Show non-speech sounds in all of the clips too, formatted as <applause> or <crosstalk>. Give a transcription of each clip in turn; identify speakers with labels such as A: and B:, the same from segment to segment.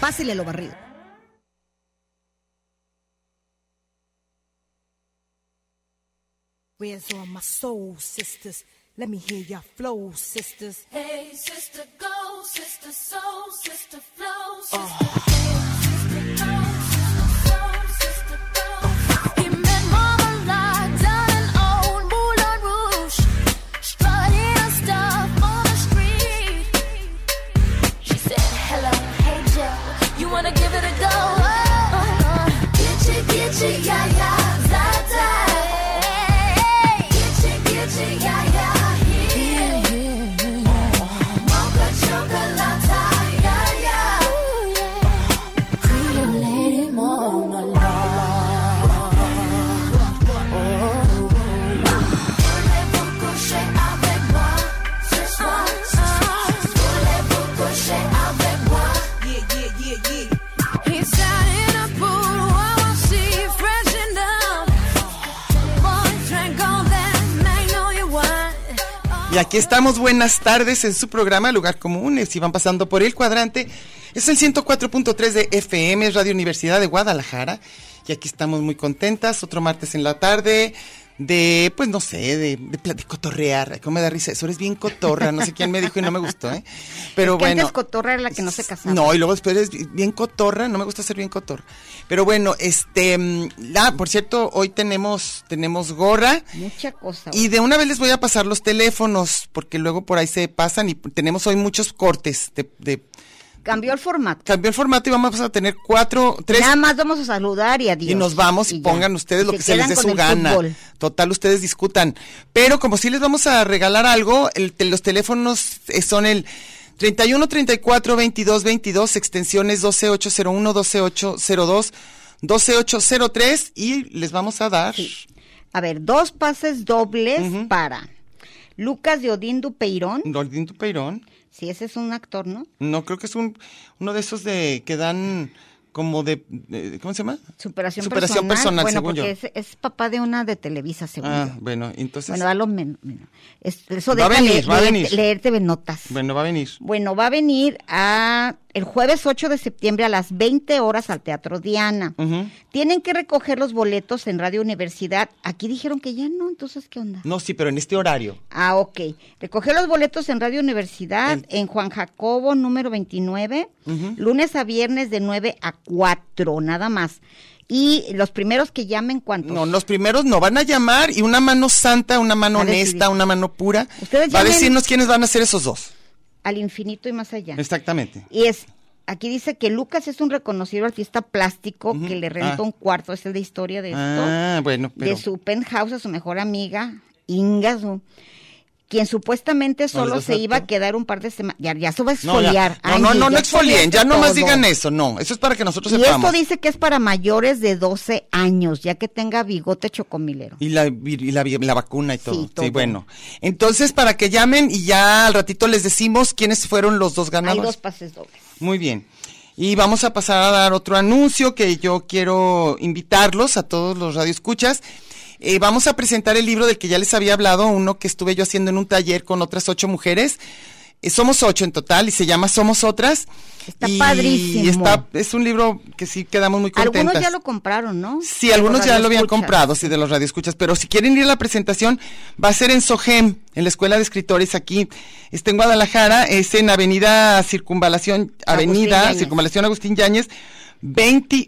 A: Pásele lo barrido.
B: Where's all my soul sisters? Let me hear your flow, sisters.
C: Hey, sister, go, sister, soul, sister, flow, sister. Yeah, yeah, that, that. Get you, get you, yeah, yeah, here. Mocha chocolata, yeah, yeah. Pretty lady mama Voulez-vous coucher avec moi ce soir? Voulez-vous coucher avec moi?
B: Yeah, yeah, yeah, yeah.
C: He's out in a pool, I see freshen up. Boy, drank all that magnolia wine.
D: Y aquí estamos, buenas tardes, en su programa Lugar Común. Si van pasando por el cuadrante, es el 104.3 de FM, es Radio Universidad de Guadalajara. Y aquí estamos muy contentas, otro martes en la tarde, de, pues no sé, de, de, pla- de cotorrear. Ay, ¿Cómo me da risa eso? Eres bien cotorra, no sé quién me dijo y no me gustó, ¿eh? Pero
A: Que
D: bueno.
A: antes cotorra era la que no se casaba.
D: No, y luego después es bien cotorra, no me gusta ser bien cotorra. Pero bueno, este, mm, la, por cierto, hoy tenemos, tenemos gorra.
A: Mucha cosa.
D: Y de una vez les voy a pasar los teléfonos, porque luego por ahí se pasan y tenemos hoy muchos cortes. De, de-
A: Cambió el formato.
D: cambió el formato y vamos a tener cuatro, tres.
A: Nada más vamos a saludar y adiós.
D: Y nos vamos y,
A: ya.
D: pongan ustedes lo que se les
A: quedan
D: dé
A: con
D: su
A: el
D: gana.
A: fútbol.
D: Total, ustedes discutan. Pero como sí les vamos a regalar algo, el te- los teléfonos eh, son el 31 34 22 22, extensiones 12801, 12802, 12803 y les vamos a dar.
A: A ver, dos pases dobles para Lucas de Odín Dupeirón.
D: Gordín Tupeirón.
A: Sí, ese es un actor, ¿no?
D: No, creo que es un, uno de esos de que dan como de, de- ¿cómo se llama?
A: Superación,
D: Superación personal,
A: bueno,
D: según yo.
A: porque Es, es papá de una de Televisa, según
D: Ah,
A: yo.
D: bueno, entonces,
A: Bueno, a lo menos. menos. Es- Eso
D: Va a
A: deja
D: venir,
A: leer-
D: va a
A: leer-
D: venir.
A: leerte de notas.
D: bueno, va a venir.
A: Bueno, va a venir a el jueves 8 de septiembre a las 20 horas al Teatro Diana.
D: Ujú.
A: Tienen que recoger los boletos en Radio Universidad. Aquí dijeron que ya no, entonces, ¿qué onda?
D: No, sí, pero en este horario.
A: Ah, ok. Recoger los boletos en Radio Universidad,
D: En-
A: en, Juan Jacobo, número 29, lunes a viernes de 9 a 4, nada más. Y los primeros que llamen, ¿cuántos?
D: No, los primeros no van a llamar y una mano santa, una mano
A: Va a decidir.
D: honesta, una mano pura
A: Ustedes
D: va a
A: llamen-
D: decirnos quiénes van a ser esos dos.
A: Al infinito y más allá.
D: Exactamente.
A: Y es, aquí dice que Lucas es un reconocido artista plástico que le rentó
D: Ah.
A: un cuarto, es el de historia de esto.
D: Ah, bueno, pero
A: de su penthouse a su mejor amiga, Ingazu, quien supuestamente
D: No, les
A: solo
D: da
A: se iba a
D: suerte.
A: quedar un par de semanas. Ya, ya se va a
D: no, ya.
A: exfoliar.
D: no, no,
A: Angie,
D: no, no
A: ya
D: exfolien, ya
A: exfoliaste
D: nomás
A: todo.
D: digan eso, no, eso es para que nosotros
A: Y
D: sepamos.
A: esto dice que es para mayores de 12 años, ya que tenga bigote chocomilero.
D: Y la, y la, la vacuna y todo. Sí,
A: todo.
D: bueno. Entonces, para que llamen y ya al ratito les decimos quiénes fueron los dos
A: Hay
D: ganadores.
A: dos pases dobles.
D: Muy bien. Y vamos a pasar a dar otro anuncio que yo quiero invitarlos a todos los radioescuchas. Eh, vamos a presentar el libro del que ya les había hablado, uno que estuve yo haciendo en un taller con otras ocho mujeres. Eh, somos ocho en total y se llama Somos Otras.
A: Está
D: y
A: padrísimo.
D: está, es un libro que sí quedamos muy contentas.
A: Algunos ya lo compraron, ¿no?
D: Sí,
A: De
D: algunos
A: los
D: ya lo habían
A: radioescuchas.
D: comprado, sí, de los radioescuchas, pero si quieren ir a la presentación, va a ser en SOGEM, en la Escuela de Escritores aquí, está en Guadalajara, es en Avenida Circunvalación,
A: Agustín
D: Avenida
A: Yáñez.
D: Circunvalación Agustín Yáñez,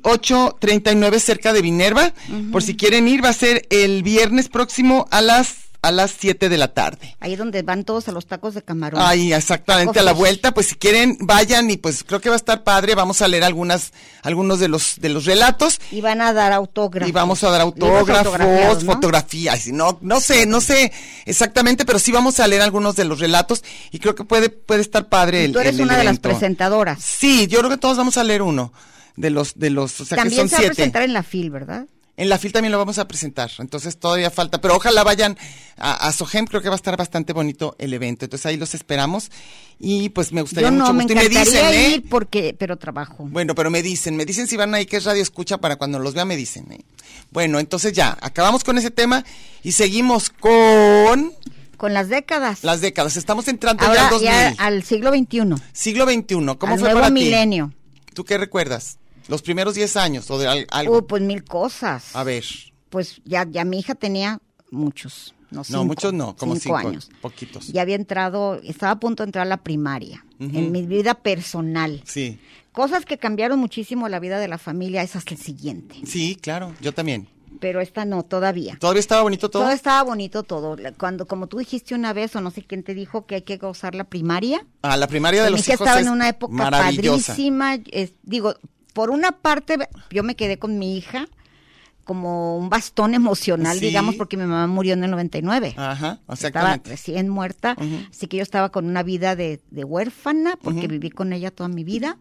D: 2839 cerca de Minerva. Por si quieren ir, va a ser el viernes próximo a las a las 7 de la tarde.
A: Ahí es donde van todos a los tacos de camarón.
D: Ahí, exactamente, a la
A: Tacos.
D: vuelta, pues si quieren, vayan y pues creo que va a estar padre, vamos a leer algunas, algunos de los, de los relatos
A: Y van a dar autógrafos.
D: y vamos a dar
A: Libros
D: autógrafos,
A: autografiados, ¿no?
D: fotografías, y no, no sé, no sé exactamente, pero sí vamos a leer algunos de los relatos y creo que puede, puede estar padre el
A: Tú eres
D: el- el
A: una de las
D: evento.
A: presentadoras.
D: Sí, yo creo que todos vamos a leer uno de los, de los, o sea que
A: También
D: son
A: se va a
D: siete.
A: presentar en la FIL, ¿verdad?
D: En la FIL también lo vamos a presentar, entonces todavía falta, pero ojalá vayan a, a Sohem, creo que va a estar bastante bonito el evento, entonces ahí los esperamos y pues me gustaría
A: Yo no,
D: mucho
A: me
D: gusto. Y me
A: encantaría
D: dicen, ¿eh?
A: ir porque, pero trabajo.
D: Bueno, pero me dicen, me dicen si van ahí que es radio escucha para cuando los vea me dicen. ¿eh? Bueno, entonces ya, acabamos con ese tema y seguimos con
A: Con las décadas.
D: las décadas. Estamos entrando ya
A: Ahora
D: al 2000,
A: ya al siglo XXI.
D: siglo XXI. ¿Cómo
A: al
D: fue
A: nuevo
D: para
A: milenio.
D: ti? ¿Tú qué recuerdas? Los primeros 10 años o de al- algo.
A: Uy, pues mil cosas.
D: A ver,
A: Pues ya, ya mi hija tenía muchos. No, cinco,
D: muchos no, como cinco,
A: años.
D: poquitos.
A: Ya había entrado, estaba a punto de entrar a la primaria. En mi vida personal.
D: sí,
A: Cosas que cambiaron muchísimo la vida de la familia es hasta el siguiente.
D: sí, claro, yo también.
A: Pero esta no, todavía.
D: ¿Todavía estaba bonito todo?
A: Todo estaba bonito todo. La- Cuando, como tú dijiste una vez, o no sé quién te dijo que hay que gozar la primaria.
D: Ah, la primaria de
A: mi
D: los
A: hija
D: hijos
A: estaba
D: es
A: en una época
D: maravillosa.
A: padrísima. es- digo, por una parte, yo me quedé con mi hija como un bastón emocional,
D: Sí.
A: digamos, porque mi mamá murió en el 99.
D: Ajá,
A: Estaba pues,
D: exactamente.
A: recién muerta, así que yo estaba con una vida de, de huérfana, porque viví con ella toda mi vida,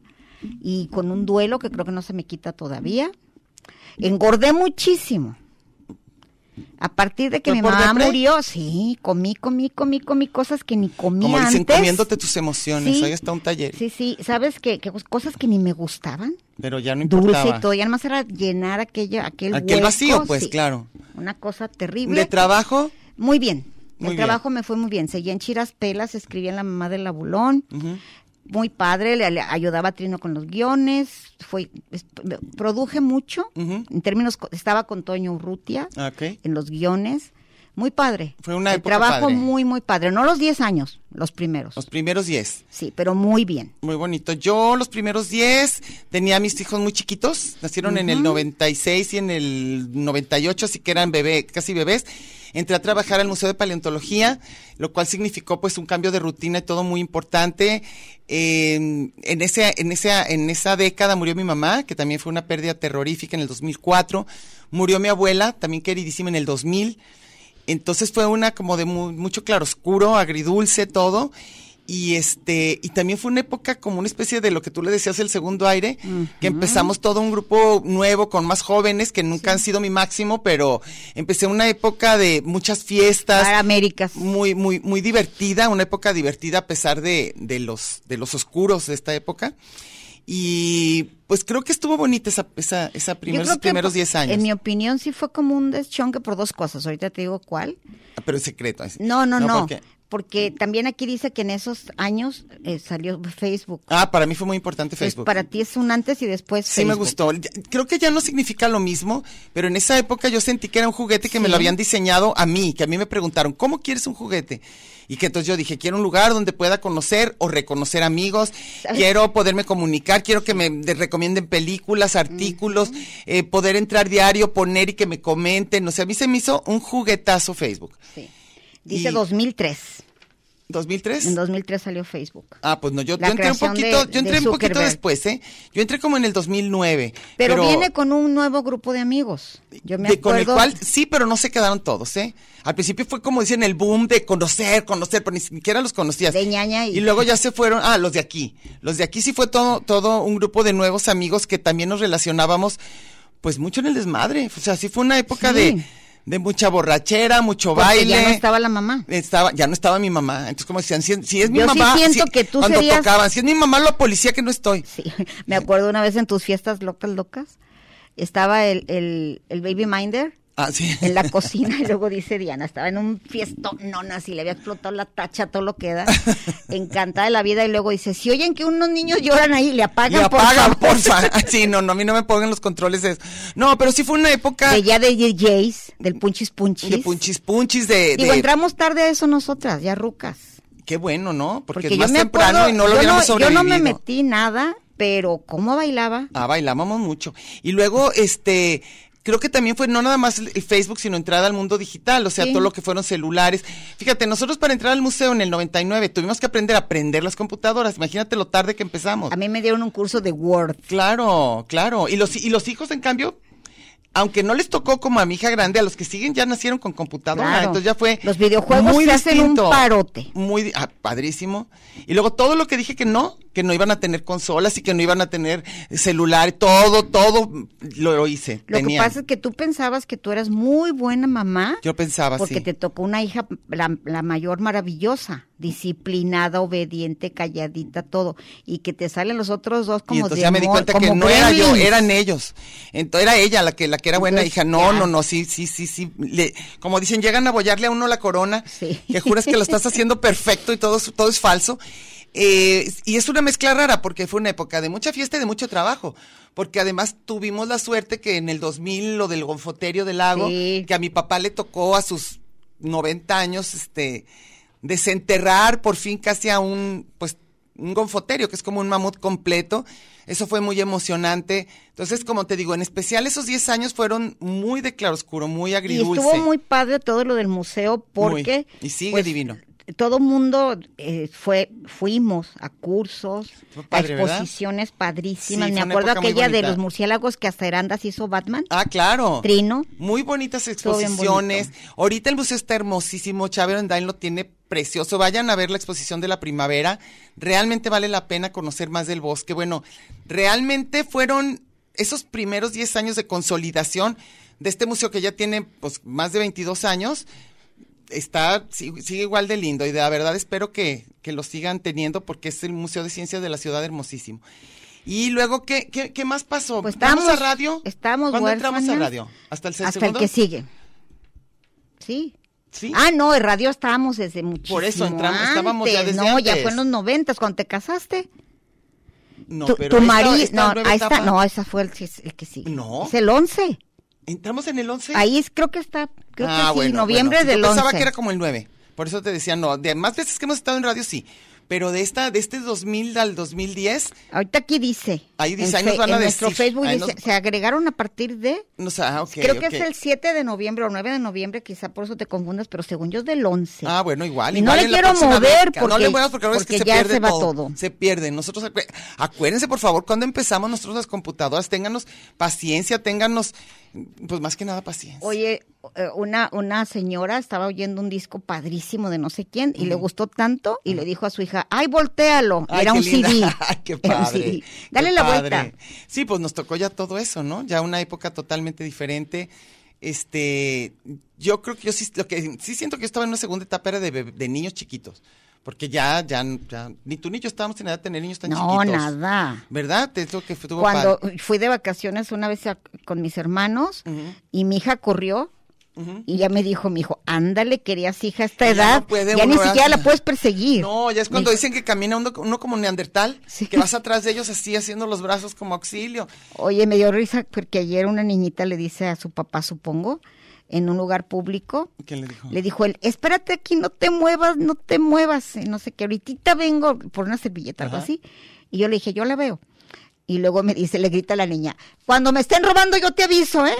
A: y con un duelo que creo que no se me quita todavía. Engordé muchísimo. A partir de que
D: ¿Fue
A: mi
D: por
A: mamá
D: depre?
A: murió, sí, comí, comí, comí, comí cosas que ni comía
D: Como dicen,
A: antes.
D: comiéndote tus emociones.
A: Sí.
D: Ahí está un taller.
A: Sí, sí, ¿sabes qué? Que pues, cosas que ni me gustaban.
D: Pero ya no importaba.
A: Dulce y todo, ya nada más era llenar aquella, aquel,
D: Aquel
A: hueco,
D: vacío, pues,
A: sí.
D: claro.
A: Una cosa terrible.
D: ¿De trabajo?
A: Muy bien.
D: Muy
A: el
D: bien.
A: trabajo me fue muy bien. Seguía en Chiras Pelas, escribía en La Mamá del Abulón.
D: Ujú.
A: Muy padre, le, le ayudaba a Trino con los guiones. Fue, es- produje mucho.
D: Ujú. Ah,
A: En términos, co- estaba con Toño Urrutia
D: Ok.
A: en los guiones. Muy padre.
D: Fue una
A: El
D: época
A: trabajo
D: padre.
A: muy, muy padre. No los 10 años, los primeros.
D: Los primeros 10.
A: Sí, pero muy bien.
D: Muy bonito. Yo los primeros 10 tenía a mis hijos muy chiquitos. Nacieron en el 96 y en el 98, así que eran bebé, casi bebés. Entré a trabajar al Museo de Paleontología, lo cual significó pues un cambio de rutina y todo muy importante. Eh, en, ese, en, esa, en esa década murió mi mamá, que también fue una pérdida terrorífica en el 2004. Murió mi abuela, también queridísima, en el 2000. Entonces fue una como de mu- mucho claroscuro, agridulce, todo. Y este, y también fue una época como una especie de lo que tú le decías el segundo aire, que empezamos todo un grupo nuevo con más jóvenes que nunca han sido mi máximo, pero empecé una época de muchas fiestas,
A: Para Américas.
D: muy, muy, muy divertida, una época divertida a pesar de, de los, de los oscuros de esta época. Y pues creo que estuvo bonita esa, esa, esa primer-
A: Yo
D: esos
A: creo que,
D: primeros 10 años.
A: En mi opinión, sí fue como un deschonque por dos cosas. Ahorita te digo cuál.
D: Ah, Pero en secreto. así.
A: No, no, no.
D: porque-
A: Porque también aquí dice que en esos años eh, salió Facebook.
D: Ah, para mí fue muy importante
A: Entonces,
D: Facebook.
A: para ti es un antes y después.
D: Sí, me
A: Facebook.
D: gustó. Ya- Creo que ya no significa lo mismo, pero en esa época yo sentí que era un juguete que me lo habían diseñado a mí, que a mí me preguntaron, ¿cómo quieres un juguete? Y que entonces yo dije, quiero un lugar donde pueda conocer o reconocer amigos, quiero poderme comunicar, quiero que me de- recomienden películas, artículos, eh, poder entrar diario, poner y que me comenten. O sea, a mí se me hizo un juguetazo Facebook.
A: Sí. Dice
D: Y-
A: 2003.
D: ¿2003?
A: En 2003 salió Facebook.
D: Ah, pues no, yo,
A: La
D: yo entré un
A: creación de-
D: poquito,
A: de
D: yo entré un poquito
A: Zuckerberg.
D: después, ¿eh? Yo entré como en el 2009.
A: Pero, viene con un nuevo grupo de amigos. Yo me
D: de- con el
A: acuerdo.
D: cual sí, pero no se quedaron todos, ¿eh? Al principio fue como dicen el boom de conocer, conocer, pero ni siquiera los conocías.
A: De ñaña y-
D: luego ya se fueron, ah, los de aquí. Los de aquí sí fue todo, todo un grupo de nuevos amigos que también nos relacionábamos, pues mucho en el desmadre. O sea, sí fue una época
A: Sí.
D: de, de mucha borrachera, mucho
A: porque
D: baile.
A: Ya no estaba la mamá.
D: Estaba, ya no estaba mi mamá. Entonces, como decían, si, si es mi
A: Yo sí
D: mamá,
A: siento
D: si-
A: que tú
D: cuando
A: serías-
D: tocaban, si es mi mamá, la policía que no estoy.
A: Sí. Me acuerdo una vez en tus fiestas locas, locas. Estaba el, el, el Baby Minder.
D: Ah, sí.
A: en la cocina <laughs> y luego dice Diana, estaba en un fiestón, nona, si le había explotado la tacha, todo lo que da, encantada de la vida y luego dice, si oyen que unos niños lloran ahí, le apagan,
D: Le
A: por
D: apagan,
A: favor".
D: porfa. Sí, no, no, a mí no me pongan los controles de eso. No, pero sí fue una
A: <laughs>
D: época
A: De ya de DJs, del punchis punchis.
D: de punchis punchis, de...
A: Digo,
D: de-
A: entramos tarde a eso nosotras, ya rucas.
D: Qué bueno, ¿no? Porque,
A: Porque,
D: es
A: yo
D: más
A: me
D: temprano
A: acuerdo,
D: y no lo
A: yo
D: hubiéramos
A: yo no me
D: sobrevivido.
A: metí nada pero cómo bailaba.
D: Ah, bailábamos mucho. Y luego, este, creo que también fue no nada más el Facebook, sino entrada al mundo digital, o sea,
A: Sí.
D: todo lo que fueron celulares. Fíjate, nosotros para entrar al museo en el 99 tuvimos que aprender a aprender las computadoras. Imagínate lo tarde que empezamos.
A: A mí me dieron un curso de Word.
D: Claro, claro. Y los, y los hijos, en cambio, aunque no les tocó como a mi hija grande, a los que siguen ya nacieron con computadora.
A: Claro.
D: Entonces ya fue.
A: Los videojuegos
D: muy
A: se hacen un
D: distinto.
A: parote.
D: Muy di- ah, padrísimo. Y luego todo lo que dije que no, que no iban a tener consolas y que no iban a tener celular, todo, todo lo, lo hice.
A: Lo
D: Tenía.
A: que pasa es que tú pensabas que tú eras muy buena mamá.
D: Yo pensaba
A: porque
D: así.
A: te tocó una hija, la, la mayor maravillosa, disciplinada, obediente, calladita, todo. Y que te salen los otros dos como
D: Y entonces ya me di
A: demon-
D: cuenta que
A: como
D: no era yo,
A: gremlins.
D: eran ellos. Entonces era ella la que, la que era buena
A: Entonces,
D: hija. No,
A: ya.
D: no, no, sí, sí, sí, sí. Le- como dicen, llegan a bollarle a uno la corona,
A: Sí.
D: que juras que lo estás haciendo perfecto y todo, es- todo es falso. Eh, y es una mezcla rara porque fue una época de mucha fiesta y de mucho trabajo. Porque además tuvimos la suerte que en el 2000 lo del gonfoterio del lago,
A: Sí.
D: que a mi papá le tocó a sus 90 años, este, desenterrar por fin casi a un, pues, un gonfoterio, que es como un mamut completo. Eso fue muy emocionante. Entonces, como te digo, en especial esos 10 años fueron muy de claroscuro, muy
A: Y
D: agridulce.
A: estuvo muy padre todo lo del museo porque... pues,
D: Muy. Y sigue divino.
A: Todo mundo eh, fue, fuimos a cursos,
D: Fue padre,
A: a
D: ¿verdad?
A: exposiciones padrísimas.
D: Sí,
A: Me
D: fue una
A: acuerdo
D: época muy
A: aquella de
D: bonita.
A: los murciélagos que hasta Herandas hizo Batman,
D: Ah, claro.
A: Trino.
D: Muy bonitas
A: Estuvo bien
D: exposiciones. Ahorita el museo está hermosísimo. Chávez Andain lo tiene precioso. Vayan a ver la exposición de la primavera. Realmente vale la pena conocer más del bosque. Bueno, realmente fueron esos primeros 10 años de consolidación de este museo que ya tiene pues, más de 22 años. Está, si- sigue igual de lindo y de la verdad espero que, que lo sigan teniendo porque es el Museo de Ciencias de la Ciudad hermosísimo. Y luego, ¿qué, qué, qué más pasó?
A: Pues
D: ¿Vamos
A: estábamos-
D: a radio?
A: estábamos
D: ¿Cuándo entramos a
A: huérfanas.
D: radio? ¿Hasta el
A: hasta
D: segundo?
A: el que sigue. Sí.
D: Sí.
A: Ah, no, en radio estábamos desde muchísimo
D: Por eso entramos- estábamos ya
A: antes.
D: desde
A: No, ya
D: antes.
A: fue en los noventas cuando te casaste.
D: no,
A: tu
D: pero
A: tu
D: esta-
A: marido,
D: esta
A: no,
D: nueva
A: ahí está-
D: etapa-
A: no, esa fue el, que- el que sigue.
D: No.
A: Es el 11.
D: ¿Entramos en el 11?
A: Ahí es, creo que está, creo
D: ah,
A: que sí,
D: bueno,
A: noviembre
D: bueno. Yo
A: del 11.
D: pensaba que era como el 9. Por eso te decía, no, de más veces que hemos estado en radio, sí. Pero de esta, de este 2000 al 2010,
A: Ahorita aquí dice.
D: Ahí dice,
A: en
D: ahí nos
A: fe-
D: van a
A: en nuestro
D: decir.
A: Facebook
D: Ahí
A: dice,
D: nos-
A: se agregaron a partir de,
D: no sé, ah, ok,
A: creo que
D: ok.
A: es el 7 de noviembre o 9 de noviembre, quizá por eso te confundas, pero según yo es del 11.
D: Ah, bueno, igual.
A: Y
D: igual
A: no le
D: en la
A: quiero
D: próxima
A: mover
D: década.
A: porque,
D: no le muevas porque, ahora es que
A: porque
D: se
A: ya
D: pierde
A: se va
D: todo.
A: todo.
D: Se pierde. Nosotros, acu- acuérdense, por favor, cuando empezamos nosotros las computadoras, ténganos paciencia, ténganos, pues más que nada paciencia.
A: Oye, eh, una, una señora estaba oyendo un disco padrísimo de no sé quién y le gustó tanto y le dijo a su hija, ay, voltealo.
D: Ay,
A: era,
D: qué
A: un
D: linda.
A: CD.
D: <laughs> Ay, qué
A: Era un
D: padre.
A: CD.
D: qué
A: Dale la
D: padre.
A: vuelta.
D: Sí, pues nos tocó ya todo eso, ¿no? Ya una época totalmente diferente. Este, yo creo que yo sí, lo que sí siento que yo estaba en una segunda etapa era de, bebé- de niños chiquitos. Porque ya, ya, ya, ni tú ni yo estábamos en edad de tener niños tan
A: No,
D: chiquitos.
A: nada.
D: ¿Verdad? Es lo que fue- tuvo
A: Cuando
D: padre.
A: fui de vacaciones una vez a- con mis hermanos y mi hija corrió
D: Ujú.
A: y ya me dijo mi hijo, ándale, querías hija a esta
D: Ya no
A: edad, ya,
D: puede
A: ni
D: uno,
A: siquiera
D: ¿verdad?
A: la puedes perseguir.
D: No, ya es cuando dicen que camina uno, uno como neandertal,
A: Sí.
D: que vas atrás de ellos así, haciendo los brazos como auxilio.
A: Oye, me dio risa porque ayer una niñita le dice a su papá, supongo, en un lugar público,
D: ¿Qué le dijo?
A: Le dijo él, espérate aquí, no te muevas, no te muevas, y no sé qué, ahorita vengo por una servilleta, algo
D: Ajá.
A: así. Y yo le dije, yo la veo. Y luego me dice, le grita la niña, cuando me estén robando yo te aviso,
D: <laughs>
A: ¿eh?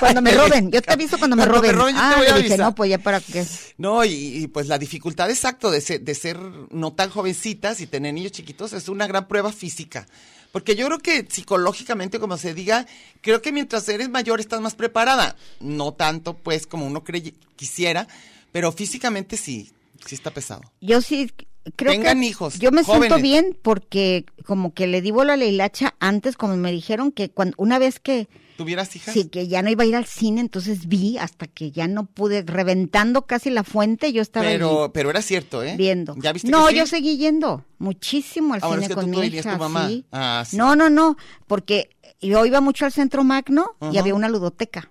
A: Cuando me
D: Qué
A: roben,
D: rica.
A: yo te aviso cuando me
D: Cuando me
A: roben.
D: roben, yo te
A: ah,
D: voy a
A: le dije,
D: avisar.
A: no, pues ya para qué.
D: No, y, y, pues la dificultad exacto de ser, de ser no tan jovencitas y tener niños chiquitos es una gran prueba física. Porque yo creo que psicológicamente, como se diga, creo que mientras eres mayor estás más preparada. No tanto, pues, como uno crey- quisiera, pero físicamente sí, sí está pesado.
A: Yo sí creo
D: Tengan
A: que
D: hijos,
A: yo me siento
D: jóvenes.
A: bien porque como que le di bola a la hilacha antes, como me dijeron que cuando, una vez que...
D: ¿Tuvieras hijas?
A: Sí, que ya no iba a ir al cine, entonces vi hasta que ya no pude, reventando casi la fuente, yo estaba ahí
D: pero, pero era cierto, ¿eh?
A: viendo.
D: ¿Ya viste
A: no,
D: que sí?
A: yo seguí yendo muchísimo al
D: Ah, bueno,
A: cine
D: es que
A: con
D: tú
A: mi
D: todavía eres
A: hija.
D: tu mamá.
A: sí.
D: Ah, sí.
A: No, no, no, porque yo iba mucho al centro Magno y
D: Ajá.
A: había una ludoteca.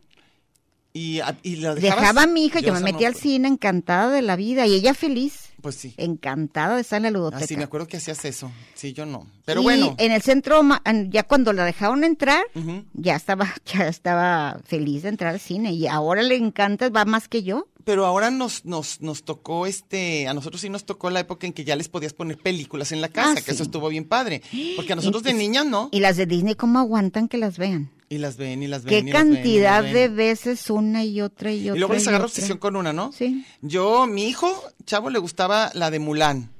D: ¿Y, a- y la dejabas?
A: Dejaba a mi hija, yo, me
D: esa
A: metí
D: no-
A: al cine encantada de la vida y ella feliz,
D: Pues sí.
A: encantada de estar en la ludoteca.
D: Ah, sí, me acuerdo que hacías eso. Sí, yo no. Pero
A: Y
D: bueno.
A: en el centro, ma- en- ya cuando la dejaron entrar,
D: Ujú.
A: <laughs> ya estaba, ya estaba feliz de entrar al cine y ahora le encanta, va más que yo.
D: pero ahora nos, nos, nos tocó este, a nosotros sí nos tocó la época en que ya les podías poner películas en la casa, que
A: Ah, sí.
D: eso estuvo bien padre. Porque a nosotros de niñas no.
A: Y las de Disney, ¿cómo aguantan que las vean?
D: Y las ven, y las ven.
A: Qué
D: y las ven, y las
A: cantidad
D: ven.
A: de veces una y otra y otra.
D: Y luego les
A: y
D: agarra
A: otra.
D: obsesión con una, ¿no?
A: Sí.
D: Yo, mi hijo, chavo, le gustaba la de Mulan.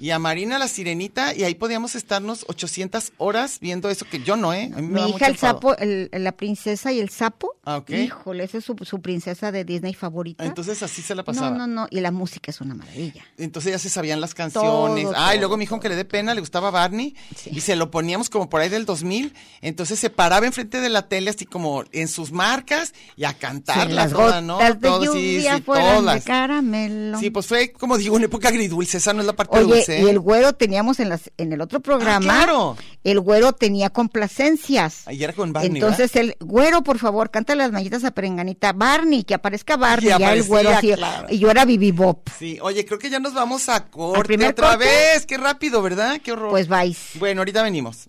D: Y a Marina la sirenita, y ahí podíamos estarnos 800 horas viendo eso, que yo no, ¿eh? A mí me
A: Mi
D: da mucho
A: hija, el
D: enfado.
A: sapo, el- la princesa y el sapo.
D: Ah, ok.
A: Híjole, esa es su, su princesa de Disney favorita.
D: Entonces así se la pasaba.
A: no, no, no. Y la música es una maravilla.
D: Entonces ya se sabían las
A: Todo,
D: canciones. Ay,
A: todo,
D: luego mi hijo, que le dé pena, le gustaba Barney.
A: Sí.
D: Y se lo poníamos como por ahí del 2000. Entonces se paraba enfrente de la tele, así como en sus marcas, y a
A: Sí,
D: cantarla
A: las
D: toda, ¿no?
A: gotas de
D: Todo,
A: lluvia fueron de
D: todas.
A: caramelo.
D: Sí, pues fue, como digo, una época agridulce. Esa no es la parte
A: Oye,
D: dulce. ¿eh? Ah,
A: y el güero teníamos en las en el otro programa.
D: claro.
A: El güero tenía complacencias.
D: Ahí era con Barney,
A: Entonces el güero, por favor, canta las mallitas a Perenganita. Barney, que aparezca Barney.
D: Y
A: ya el
D: aparecía,
A: güero así.
D: claro.
A: Y yo era Bibi Bob.
D: Sí, oye, creo que ya nos vamos a corte
A: primer
D: otra
A: corte?
D: vez. Qué rápido, ¿verdad? Qué horror.
A: Pues vais.
D: Bueno, ahorita venimos.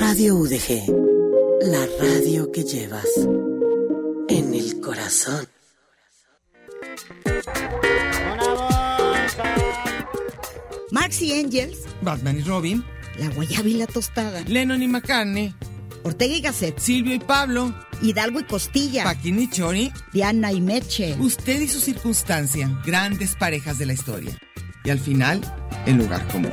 E: Radio UDG, la radio que llevas en el corazón.
F: Marx y Engels,
G: Batman y Robin,
F: la guayaba y la tostada.
G: Lennon y McCartney,
F: Ortega y Gasset,
G: Silvio y Pablo,
F: Hidalgo y Costilla,
G: Paquín y Chori,
F: Diana y Meche.
G: usted y su circunstancia, grandes parejas de la historia. Y al final, el lugar común.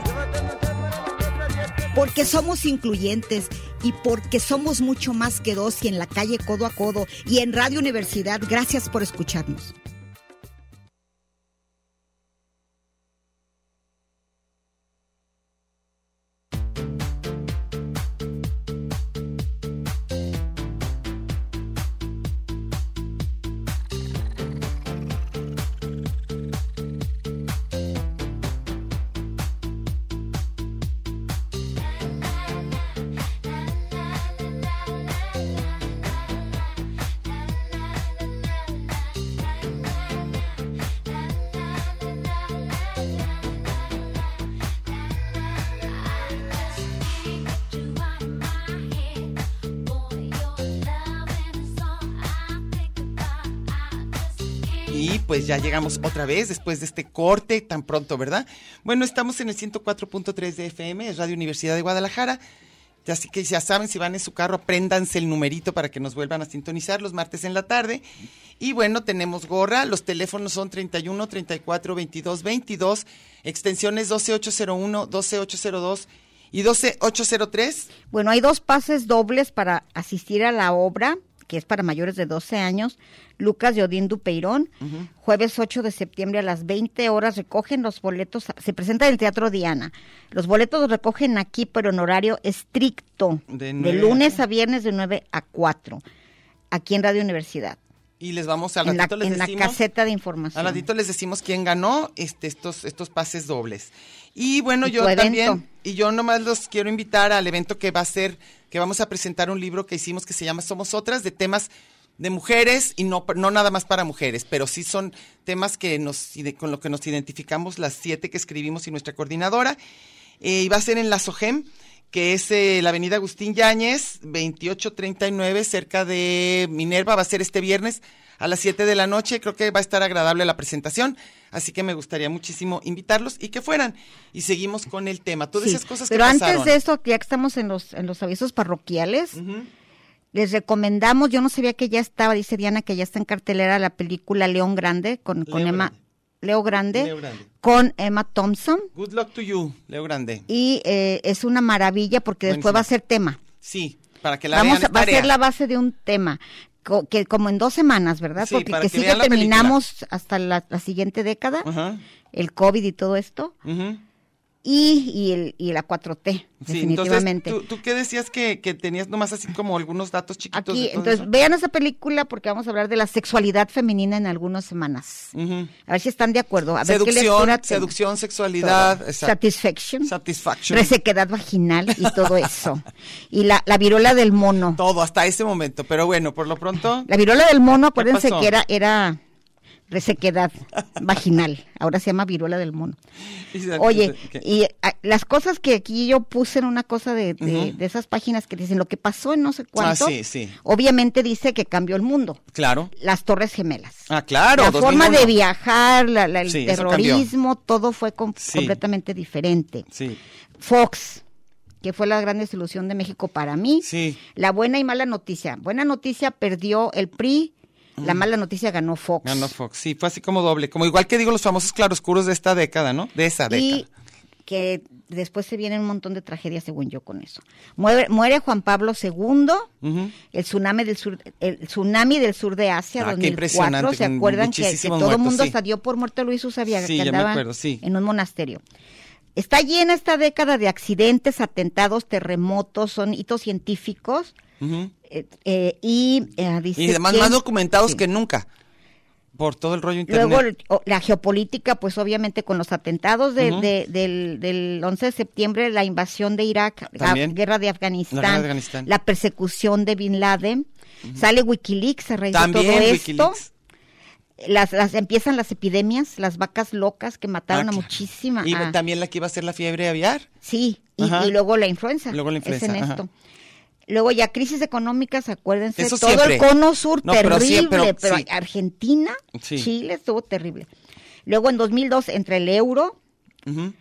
F: Porque somos incluyentes y porque somos mucho más que dos y en la calle codo a codo y en Radio Universidad. Gracias por escucharnos.
D: Y pues ya llegamos otra vez después de este corte tan pronto, ¿verdad? Bueno, estamos en el 104.3 de FM, es Radio Universidad de Guadalajara. Ya Así que ya saben, si van en su carro, apréndanse el numerito para que nos vuelvan a sintonizar los martes en la tarde. Y bueno, tenemos gorra. Los teléfonos son 31 34 22 22, extensiones 12801, 12802 y 12803.
A: Bueno, hay dos pases dobles para asistir a la obra, que es para mayores de 12 años. Lucas de Odín Dupeirón, jueves 8 de septiembre a las 20 horas, recogen los boletos, se presenta en el Teatro Diana. Los boletos los recogen aquí, pero en horario estricto,
D: De
A: de,
D: nueve a
A: lunes
D: qué?
A: a viernes de 9 a 4, aquí en Radio Universidad,
D: Y les vamos al
A: en la,
D: ratito les
A: en la
D: decimos-
A: caseta de información.
D: Al ratito les decimos quién ganó este, estos, estos pases dobles. Y bueno,
A: Y
D: yo
A: tu evento.
D: también, y yo nomás los quiero invitar al evento que va a ser, que vamos a presentar un libro que hicimos que se llama Somos Otras, de temas de mujeres y no, no nada más para mujeres, pero sí son temas que nos, ide- con lo que nos identificamos las siete que escribimos y nuestra coordinadora. Eh, y va a ser en la SOGEM, que es eh, la avenida Agustín Yáñez, 2839, cerca de Minerva. Va a ser este viernes a las 7 de la noche. Creo que va a estar agradable la presentación. Así que me gustaría muchísimo invitarlos y que fueran. Y seguimos con el tema. Todas
A: Sí,
D: esas cosas
A: Pero
D: que
A: antes
D: pasaron.
A: de eso, ya que estamos en los, en los avisos parroquiales, les recomendamos, yo no sabía que ya estaba, dice Diana, que ya está en cartelera la película León Grande con, con
D: Leo
A: Emma
D: Grande.
A: Leo Grande,
D: Leo Grande.
A: con Emma Thompson.
D: Good luck to you, Leo Grande.
A: Y eh, es una maravilla porque después
D: Buenísimo.
A: va a ser tema.
D: Sí, para que la
A: Vamos
D: vean.
A: a,
D: es
A: va a ser
D: tarea.
A: la base de un tema. co- que como en dos semanas, ¿verdad?
D: Sí,
A: Porque
D: para
A: que
D: que
A: sigue
D: vean la película.
A: terminamos hasta la, la siguiente década,
D: Ajá,
A: el COVID y todo esto.
D: ujú.
A: y, y, el, y la 4T,
D: Sí,
A: definitivamente.
D: Entonces, ¿tú, tú qué decías que, que tenías nomás así como algunos datos chiquitos?
A: Aquí,
D: de todo
A: entonces
D: eso?
A: vean esa película porque vamos a hablar de la sexualidad femenina en algunas semanas.
D: Ujú.
A: A ver si están de acuerdo. A ver qué
D: Seducción,
A: lectura tengo.
D: seducción, sexualidad,
A: Todo.
D: exacto.
A: Satisfaction.
D: Satisfaction.
A: Resequedad vaginal y todo eso. y la, la viruela del mono.
D: Todo hasta ese momento, pero bueno, por lo pronto.
A: <laughs> La viruela del mono, acuérdense
D: pasó?
A: que era, era resequedad vaginal. Ahora se llama viruela del mono. Oye,
D: ¿Qué?
A: y a- las cosas que aquí yo puse en una cosa de, de-
D: Ujú. Ah,
A: de esas páginas que dicen lo que pasó en no sé cuánto,
D: sí, sí.
A: obviamente dice que cambió el mundo.
D: Claro.
A: Las Torres Gemelas.
D: Ah, claro.
A: la
D: 2001.
A: forma de viajar, la- la- el
D: Sí, eso cambió.
A: terrorismo, todo fue com-
D: Sí.
A: completamente diferente.
D: Sí,
A: Fox, que fue la gran desilusión de México para mí.
D: sí.
A: La buena y mala noticia. Buena noticia perdió el PRI, la mala noticia ganó Fox.
D: Mm. Ganó Fox. Sí, fue así como doble. Como igual que digo los famosos claroscuros de esta década, ¿no? De esa
A: y
D: década.
A: que después se vienen un montón de tragedias, según yo, con eso. Muere, muere Juan Pablo II,
D: Ujú.
A: el tsunami del sur, el tsunami del sur de Asia,
D: Ah, qué
A: 2004.
D: impresionante,
A: ¿Se
D: con
A: acuerdan que- que,
D: muchísimos
A: todo el
D: muertos,
A: mundo
D: sí.
A: hasta dio por muerto a Luis Usabiaga,
D: Sí,
A: que
D: ya me
A: andaba
D: acuerdo, sí.
A: en un monasterio? Está llena esta década de accidentes, atentados, terremotos, son hitos científicos.
D: Ujú.
A: eh, eh, y eh, dice
D: Y además
A: que-
D: más documentados
A: sí.
D: que nunca. Por todo el rollo internet.
A: Luego el- o- la geopolítica, pues obviamente con los atentados de-
D: Ujú.
A: de- del, del 11 de septiembre, la invasión de Irak, la
D: También.
A: guerra de Afganistán,
D: La
A: la,
D: guerra de Afganistán.
A: persecución de Bin Laden, sale Wikileaks a raíz
D: También
A: de todo
D: Wikileaks.
A: esto. Las, las- empiezan las epidemias, las vacas locas que mataron
D: Ah,
A: a
D: claro.
A: muchísimas.
D: Y también la que iba a ser la fiebre aviar.
A: Sí, y,
D: Ajá.
A: y luego la influenza.
D: Luego la
A: es
D: influenza,
A: en
D: ajá.
A: esto. Luego ya crisis económicas, acuérdense,
D: Eso
A: todo
D: siempre.
A: el cono sur
D: No, pero
A: terrible,
D: siempre,
A: pero,
D: pero sí.
A: Argentina,
D: Sí.
A: Chile estuvo terrible. Luego en 2002 entre el euro,
D: Ujú.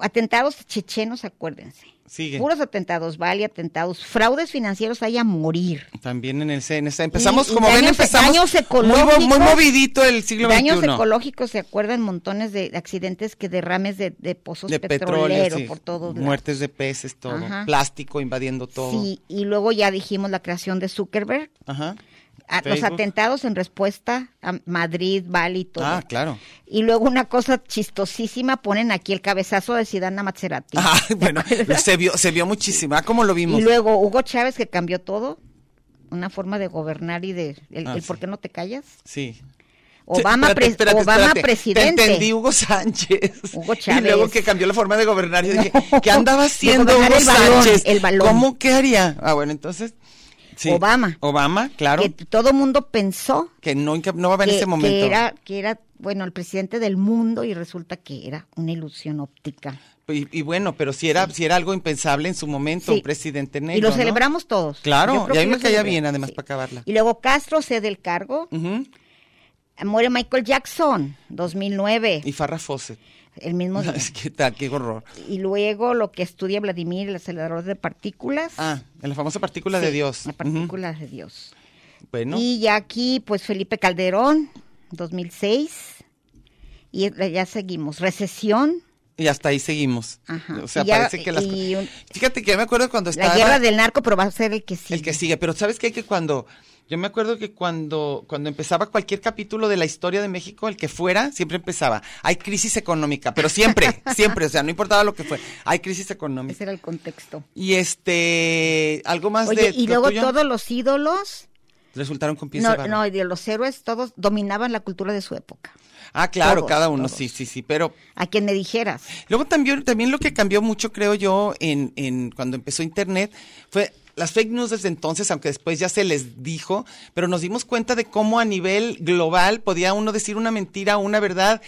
A: atentados chechenos, acuérdense.
D: Sigue.
A: Puros atentados, vale, atentados, fraudes financieros hay a morir.
D: También en el CNC. Empezamos,
A: Y- y
D: como ven,
A: daños-
D: empezamos
A: daños
D: muy, mo- muy
A: ecológicos.
D: movidito el siglo XXI.
A: Daños ecológicos, se acuerdan montones de accidentes que derrames de, de pozos
D: de
A: petroleros
D: petróleo, sí.
A: por todos lados.
D: muertes de peces, todo,
A: Ajá.
D: plástico invadiendo todo.
A: Sí, y luego ya dijimos la creación de Zuckerberg,
D: Ajá.
A: a- los
D: Facebook.
A: atentados en respuesta a Madrid, Bali, todo.
D: Ah, claro.
A: Y luego una cosa chistosísima, ponen aquí el cabezazo de Zidane a Maserati.
D: <laughs> Ah,
A: <laughs>
D: bueno, se vio, se vio muchísimo. Ah, ¿cómo lo vimos?
A: y luego Hugo Chávez que cambió todo, una forma de gobernar y de el,
D: Ah,
A: el
D: sí.
A: por qué no te callas.
D: Sí.
A: Obama,
D: Espérate,
A: pres-
D: espérate,
A: Obama
D: espérate.
A: presidente.
D: Te entendí, Hugo Sánchez.
A: <laughs> Hugo
D: Y luego
A: Chávez.
D: que cambió la forma de gobernar. Yo
A: <laughs>
D: dije,
A: No,
D: ¿qué andaba
A: de
D: haciendo Hugo
A: gobernar el balón,
D: Sánchez?
A: el balón.
D: ¿Cómo qué haría? Ah, bueno, entonces. sí.
A: Obama.
D: Obama, claro.
A: Que
D: Que,
A: todo mundo pensó
D: no, inca- no va a haber
A: que,
D: en ese
A: que
D: momento.
A: era, que era, bueno, el presidente del mundo y resulta que era una ilusión óptica.
D: Y, y bueno, pero si era, si era algo impensable en su momento,
A: Sí.
D: un presidente negro.
A: Y lo
D: ¿no?
A: celebramos todos.
D: Claro,
A: Yo creo
D: y a
A: que
D: mí me
A: lo
D: caía
A: celebré,
D: bien, además, para acabarla.
A: Y luego Castro cede el cargo,
D: Ujú.
A: muere Michael Jackson, 2009,
D: Y Farrah Fawcett. <laughs>
A: el mismo día.
D: Es que tal, qué horror.
A: Y luego lo que estudia Vladimir, el acelerador de partículas.
D: Ah, en la famosa partícula de
A: Sí,
D: Dios.
A: La partícula de Dios.
D: Ujú. Bueno,
A: Y ya aquí, pues Felipe Calderón, 2006. Y eh, ya seguimos. Recesión,
D: y hasta ahí seguimos.
A: Ajá.
D: O sea,
A: Y ya-
D: parece que las.
A: y un-
D: Fíjate que yo me acuerdo cuando estaba.
A: la guerra del narco, pero va a ser el que sí.
D: El que sigue, pero ¿sabes qué? Que cuando. Yo me acuerdo que cuando, cuando empezaba cualquier capítulo de la historia de México, el que fuera, siempre empezaba. Hay crisis económica, pero siempre, <laughs> siempre, o sea, no importaba lo que fue. Hay crisis
A: Ese
D: económica.
A: era el contexto.
D: Y este, algo más
A: Oye,
D: de.
A: y
D: lo
A: luego
D: tuyo?
A: todos los ídolos,
D: Resultaron con pies de
A: no,
D: barro.
A: no, y de los héroes, todos dominaban la cultura de su época.
D: Ah, claro,
A: todos,
D: cada uno,
A: todos.
D: sí, sí, sí, pero
A: A quien me dijeras.
D: Luego también, también lo que cambió mucho, creo yo, en, en cuando empezó Internet fue las fake news desde entonces, aunque después ya se les dijo, pero nos dimos cuenta de cómo a nivel global podía uno decir una mentira o una verdad.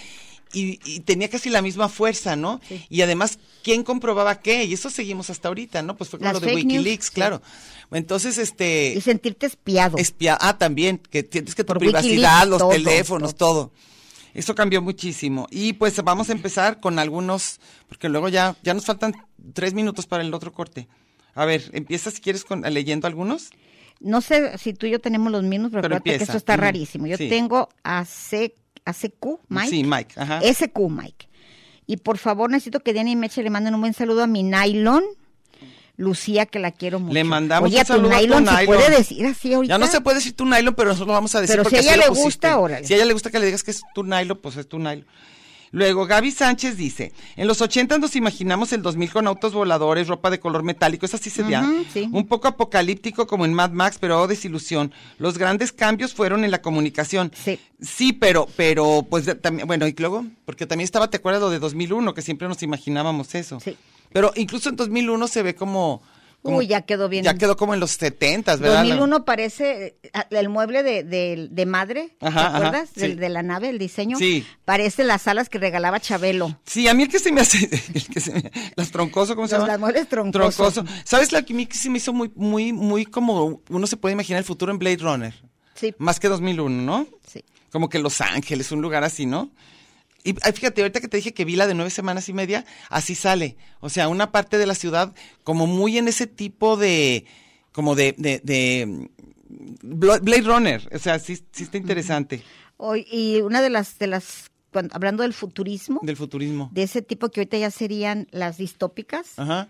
D: Y, y tenía casi la misma fuerza, ¿no? Y además, ¿quién comprobaba qué? Y eso seguimos hasta ahorita, ¿no? Pues fue con
A: Las
D: lo de
A: fake news,
D: Wikileaks,
A: sí.
D: claro. Entonces, este...
A: Y sentirte espiado.
D: Espia- ah, también, que tienes que tu
A: Por
D: privacidad,
A: Wikileaks,
D: los
A: todo,
D: teléfonos, todo. Eso cambió muchísimo. Y pues vamos a empezar con algunos, porque luego ya, ya nos faltan tres minutos para el otro corte. A ver, empieza si quieres con, leyendo algunos.
A: No sé si tú y yo tenemos los mismos, pero,
D: Pero
A: acuérdate que
D: empieza.
A: esto está
D: Ujú.
A: rarísimo. Yo
D: Sí.
A: tengo a, C, a CQ, Mike.
D: Sí, Mike, ajá.
A: SQ, Mike. Y por favor, necesito que Diana y Meche le manden un buen saludo a mi nylon. Lucía, que la quiero mucho.
D: Le mandamos
A: Oye,
D: un
A: a tu
D: saludo a tu
A: nylon, ¿se
D: nylon.
A: puede decir así ahorita?
D: Ya no se puede decir tu nylon, pero nosotros lo vamos a decir
A: Pero si
D: porque
A: a ella
D: así lo
A: le gusta,
D: pusiste.
A: órale.
D: Si a ella le gusta que le digas que es tu nylon, pues es tu nylon. Luego, Gaby Sánchez dice, en los 80 nos imaginamos el 2000 con autos voladores, ropa de color metálico, es así sería.
A: Ujú, sí.
D: Un poco apocalíptico como en Mad Max, pero oh, desilusión. Los grandes cambios fueron en la comunicación.
A: Sí.
D: Sí, pero, pero, pues de- también, bueno, y luego, porque también estaba, ¿te acuerdas lo de 2001? Que siempre nos imaginábamos eso.
A: Sí.
D: Pero incluso en 2001 se ve como... como-
A: Uy, ya quedó bien.
D: Ya quedó como en los 70, ¿verdad?
A: 2001 parece eh, el mueble de, de- de madre,
D: Ajá,
A: ¿te
D: ajá,
A: acuerdas? Del-
D: sí.
A: de la nave, el diseño.
D: Sí.
A: Parece las alas que regalaba Chabelo.
D: Sí, a mí el que se me hace, <laughs> el que se me- las troncoso, ¿cómo se
A: Los
D: llama?
A: lamores troncoso.
D: ¿Sabes la que a mí que se me hizo muy, muy, muy como uno se puede imaginar el futuro en Blade Runner?
A: Sí.
D: Más que 2001, ¿no?
A: Sí.
D: Como que Los Ángeles, un lugar así, ¿no? Y ay, fíjate, ahorita que te dije que vi la de nueve semanas y media, así sale. O sea, una parte de la ciudad como muy en ese tipo de, como de, de, de mm, Bla- Blade Runner. O sea, sí, sí está interesante
A: Hoy, y una de las, de las cuan- hablando del futurismo,
D: del futurismo.
A: de ese tipo que ahorita ya serían las distópicas,
D: Ajá.